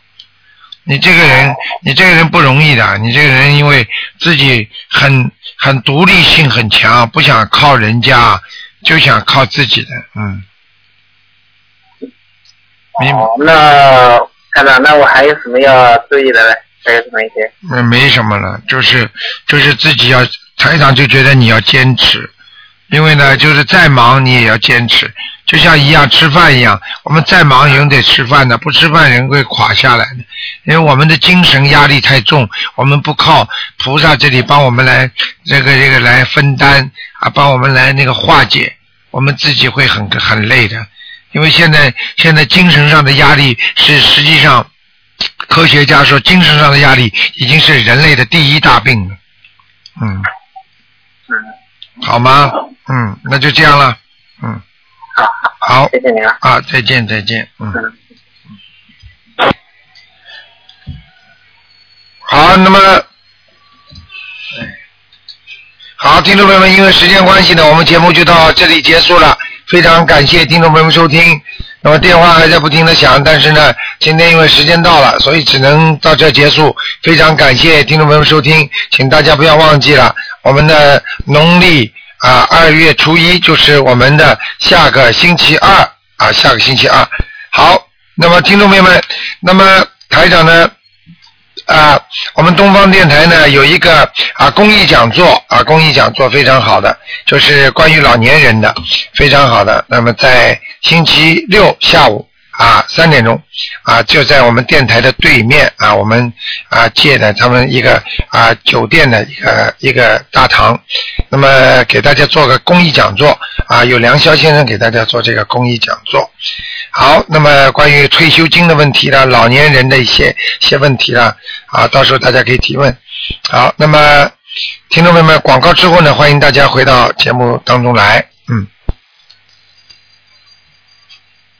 Speaker 1: 你这个人，你这个人不容易的，你这个人因为自己很很独立性很强，不想靠人家，就想靠自己的，嗯。明
Speaker 14: 哦，那看长，那我还有什么要注意的呢？还有什么一些？
Speaker 1: 嗯，没什么了，就是就是自己要台长就觉得你要坚持，因为呢，就是再忙你也要坚持，就像一样吃饭一样，我们再忙人得吃饭的，不吃饭人会垮下来的，因为我们的精神压力太重，我们不靠菩萨这里帮我们来这个这个来分担啊，帮我们来那个化解，我们自己会很很累的，因为现在现在精神上的压力是实际上科学家说，精神上的压力已经是人类的第一大病了。嗯，好吗？嗯，那就这样了。嗯，好，好，谢谢
Speaker 14: 你啊。
Speaker 1: 啊，再见，再见。嗯。好，那么，好，听众朋友们，因为时间关系呢，我们节目就到这里结束了。非常感谢听众朋友们收听。那么电话还在不停的响，但是呢，今天因为时间到了，所以只能到这结束。非常感谢听众朋友们收听，请大家不要忘记了，我们的农历啊二、月初一就是我们的下个星期二啊，下个星期二。好，那么听众朋友们，那么台长呢？啊，我们东方电台呢有一个啊公益讲座啊公益讲座非常好的，就是关于老年人的，非常好的。那么在星期六下午啊三点钟啊就在我们电台的对面啊，我们啊借的他们一个啊酒店的一个一个大堂，那么给大家做个公益讲座啊，有梁霄先生给大家做这个公益讲座。好，那么关于退休金的问题呢，老年人的一些一些问题呢，啊，到时候大家可以提问。好，那么听众朋友们，广告之后呢，欢迎大家回到节目当中来，嗯。